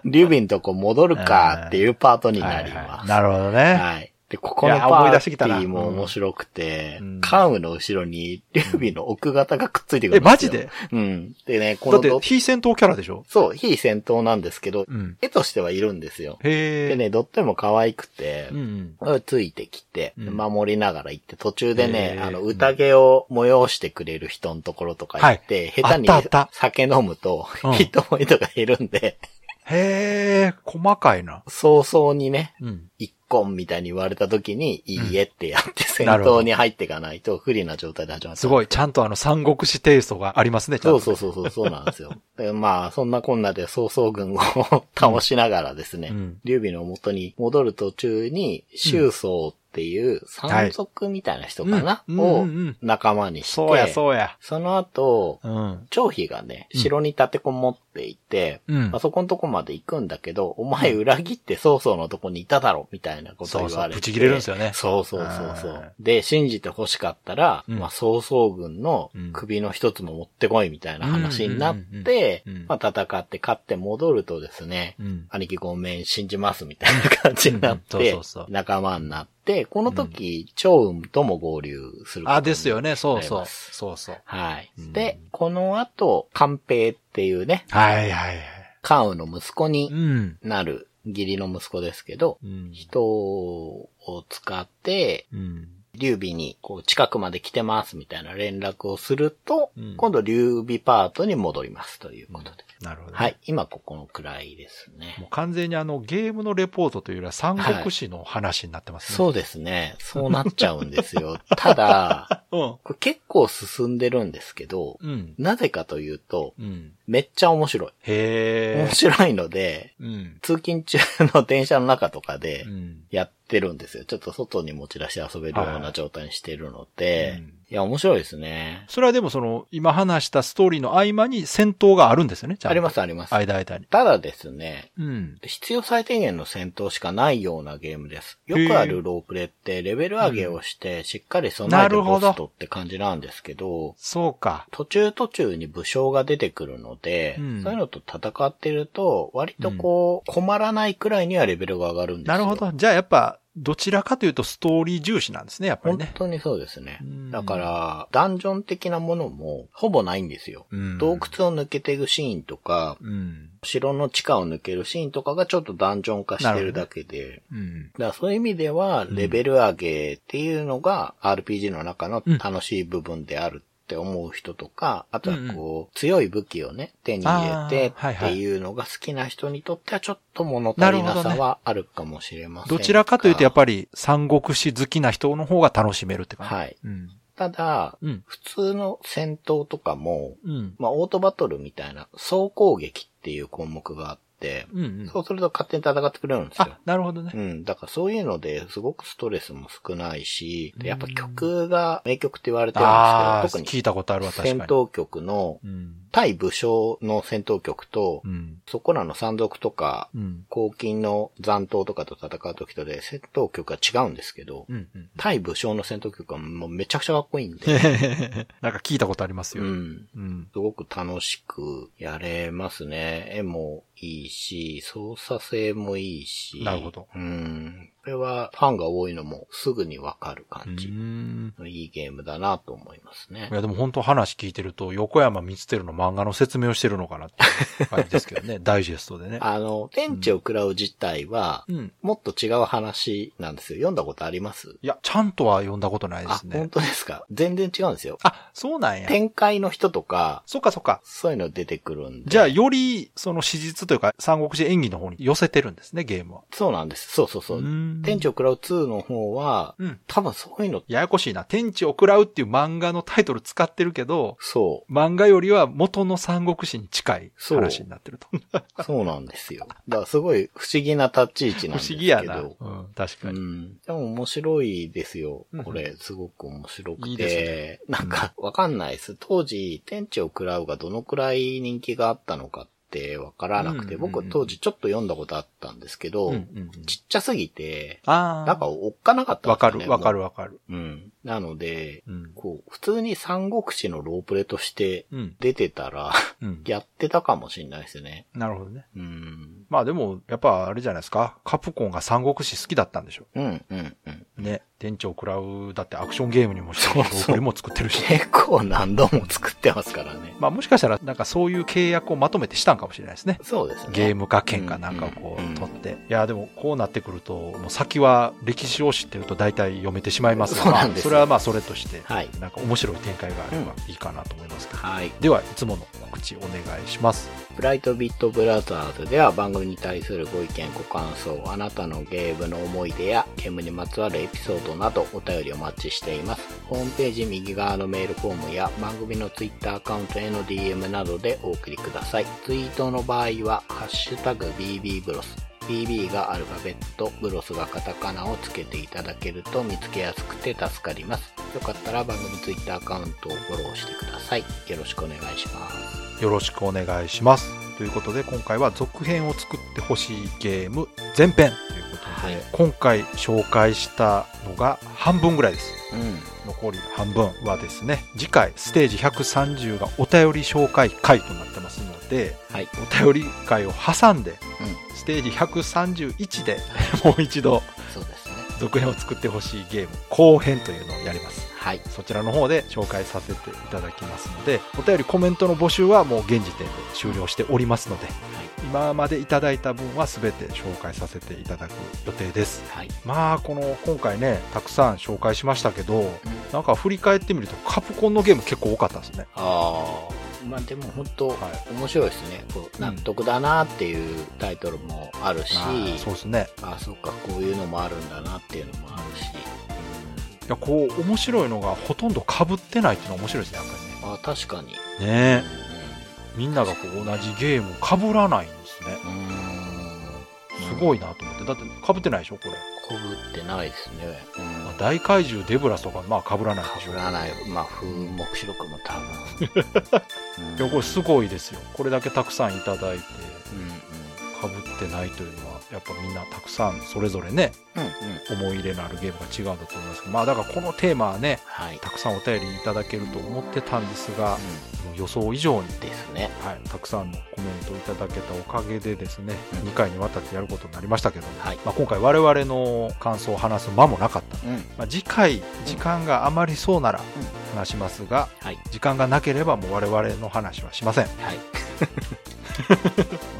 うん。劉備のとこ戻るかっていうパートになはいりはまいす。なるほどね。はい。で、ここのいやパ思いー出してテきたなィーも面白くてうん、関羽の後ろに劉備の奥方がくっついてくえ、るんですよ。マジでうん。でね、こだのってど、非戦闘キャラでしょそう、非戦闘なんですけど、うん。絵としてはいるんですよ。へえ。でね、どっても可愛くてう、んついてきて、うん守りながら行って、途中でねへ、ーあの、宴を催してくれる人のところとか行って、下手にあったあった酒飲むとうん、ヒットポイントが減るんで、うん。へえ、細かいな。早々にね、うん。一婚みたいに言われた時に、いいえってやって戦なるほど闘に入っていかないと不利な状態で始まっちゃうすごい、ちゃんとあの、三国志テイストがありますね、ちゃんそと。うそううそうそう、そうなんですよ。でまあ、そんなこんなで曹操軍を 倒しながらですね、うん劉備の元に戻る途中に、周曹っていう山賊みたいな人かな、うんうをんうんうん仲間にして、そうや、そうや。その後、うん。張飛がね、うん城に立てこもっていて、うんまあ、そこのとこまで行くんだけど、お前裏切って曹操のとこにいただろ、みたいなことそ言うそわれう、て。ブチ切れるんですよね。そうそうそうそあーう。で、信じて欲しかったら、うんまあ、曹操軍の首の一つも持ってこいみたいな話になっうんうんうんてうん、まあ、戦って勝って戻るとですね、うん。兄貴ごめん、信じますみたいな感じになうっんうんてそうそうそう、仲間になって、この時、趙雲とも合流することにあ、ですよね、そうなりそう。ますそうそう。はいうん。で、この後、関平っていうね、はいはいはい。関羽の息子にうん。なる義理の息子ですけど、うん。人を使って、うん。劉備に、こう、近くまで来てますみたいな連絡をすると、うん今度劉備パートに戻りますということで。なるほど。はい。今ここのくらいですねも。う完全にあの、ゲームのレポートというよりは三国志の話になってますね。そうですね。そうなっちゃうんですよ。 ただ、そこれ結構進んでるんですけど、うん。うん。なぜかというと、うん。めっちゃ面白い。へ面え。白いので、うん。通勤中の電車の中とかでうん。やってるんですよ。ちょっと外に持ち出して遊べるようはない状態にしてるので、うんいや、面白いですね。それはでもその、今話したストーリーの合間に戦闘があるんですよね、ちゃんとありますあります。間間に。ただですね、うん。必要最低限の戦闘しかないようなゲームです。よくあるロープレってレベル上げをしてしっかり備えてなるほボどスとって感じなんですけど、そうか。途中途中に武将が出てくるので、うんそういうのと戦ってると、割とこう、困らないくらいにはレベルが上がるんですよ。なるほど。じゃあやっぱ、どちらかというとストーリー重視なんですね、やっぱり本ね。当にそうですねうん。だから、ダンジョン的なものもほぼないんですよ。うん洞窟を抜けていくシーンとか、うん。城の地下を抜けるシーンとかがちょっとダンジョン化してるだけで、うん。だからそういう意味では、レベル上げっていうのが RPG の中の楽しい部分であるって思う人とか、あとはこう、強い武器をね、手に入れてあーはいっはいていうのが好きな人にとってはちょっと物足りなさはあるかもしれませんが。どちらかというとやっぱぱり三国志好きな人の方が楽しめるって感じ。はい。うん。ただ、うん。普通の戦闘とかも、うん。まあ、オートバトルみたいな、総攻撃っていう項目があって、うんうん。そうすると勝手に戦ってくれるんですよあ。、なるほどねう。ん。だからそういうのですごくストレスも少ないし、でやっぱ曲が名曲って言われてるんああ、です聞けいたことあるど、わ、特確かにに。戦闘曲のうん。対武将の戦闘曲とう、ん。そこらの山賊とか、うん。黄金の残党とかと戦う時とで戦闘曲が違うんですけど、うん。うん。対武将の戦闘曲はもうめちゃくちゃかっこいい んで、なんか聞いたことありますよ。ううん。ん。すごく楽しくやれますね。絵もいいし、操作性もいいし。なるほど。うん。これはファンが多いのもすぐにわかるう感じ。ん。いいゲームだなと思いますねい。や、でも本当話聞いてると、横山光輝の漫画の説明をしてるのかなっていう感じですけど ね。ダイジェストでね。あの、天地を食らう自体は、うん。もっと違う話なんですよ。読んだことありますいや、ちゃんとは読んだことないであす、ね本。当ですか全然違うんですよ。あ、そうなんや。展開の人とか、そっかそっか。そういうの出てくるんで。じゃあ、より、その史実というか、三国志演技の方に寄せてるんですね、ゲームは。そうなんです。そうそうそうーう。んうん店長食らう2の方は、うん。多分そういうの、ややこしいな。天地を食らうっていう漫画のタイトル使ってるけど、そ漫画よりは元の三国志に近いそう話になってると。 う、そうなんですよ。だからすごい不思議な立ち位置不なんですけ思ど。議やな。うん、確かうに。ん。でも面白いですようん。これ、すごく面白くて。いいでなんか、わかんないです。当時、天地を食らうがどのくらい人気があったのかってわからなくて、うんうんうん僕当時ちょっと読んだことあったんですけど、うんうんうんちっちゃすぎて、あなんかあ。追っかなかったんわですかよねる、わか。もる、わかる。ううん。なので、うん。こう、普通に三国志のロープレとしてうん。出てたら、 うん。やってたかもしれないですね。なるほどね。うん。まあでも、やっぱあれじゃないですか。カプコンが三国志好きだったんでしょ。うん、うん、うん。ね。店長食らう、だってアクションゲームにもしてるそし、うそうこれも作ってるし。結構何度も作ってますからね。まあもしかしたら、なんかそういう契約をまとめてしたんかもしれないですね。そうですね。ゲームか券かなんかをこうんう取って。いや、でもこうなってくると、もう先は歴史を知ってると大体読めてしまいますがそうなんまあですそよれはまあそれとして、はい。なんか面白い展開があればいいかなと思いますけど。はい。では、いつもの告知お願いします。ブライトビットブラザーズでは番組に対するご意見、ご感想、あなたのゲームの思い出やゲームにまつわるエピソードなどお便りお待ちしています。ホームページ右側のメールフォームや番組のツイッターアカウントへの DM などでお送りください。ツイートの場合は、ハッシュタグ BB ブロス。BB がアルファベット、ブロスがカタカナをつけていただけると見つけやすくて助かります。よかったら番組ツイッターアカウントをフォローしてください。よろしくお願いします。よろしくお願いします。ということで今回は続編を作ってほしいゲーム前編ということで、はい今回紹介したのが半分ぐらいです。うん。残り半分はですね次回ステージ130がお便り紹介会となってますのではい。お便り会を挟んで、うステージ131でもう一度そうですね。続編を作ってほしいゲーム後編というのをやりますはい。そちらの方で紹介させていただきますので、お便りコメントの募集はもう現時点で終了しておりますので、今までいただいた分は全て紹介させていただく予定です。はい。まあ、この今回ね、たくさん紹介しましたけど、なんか振り返ってみるとカプコンのゲーム結構多かったですね。ああ。まあでも本当、は面白いですね。こううん納得だなっていうタイトルもあるし、まあそうですね。あ、そっか、こういうのもあるんだなっていうのもあるし。いや、こう、面白いのがほとんど被ってないっていうのは面白いですね、やっぱうんあ、確かに。りね。ねうえみんながこう同じゲーム被らないんですね。ん。すごい。いなと思って。だって被ってないでしょ、これ。こぶってないですね。うんまあ大怪獣デブラスとかまあ被らないでしかょぶらない。まあ、風目視録も 多分。うんいやこれすごいですよこれだけたくさんいただいてうんうん。被ってないというのはやっぱみんなたくさんそれぞれねうんうん。思い入れのあるゲームが違うんだと思いますまあだからこのテーマはねはい。たくさんお便りいただけると思ってたんですがうもう予想以上にん、ですね。はい、たくさんのコメントをいただけたおかげでですねうん2回にわたってやることになりましたけど、はい。まあ、今回我々の感想を話す間もなかったので、うん。まあ、次回時間が余りそうならん話しますが、はい。時間がなければもう我々の話はしませんはい。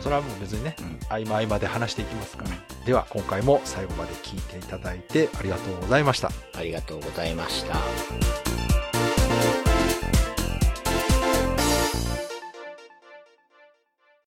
それはもう別にねうん合間合間で話していきますからでは今回も最後まで聞いていただいてありがとうございましたありがとうございました。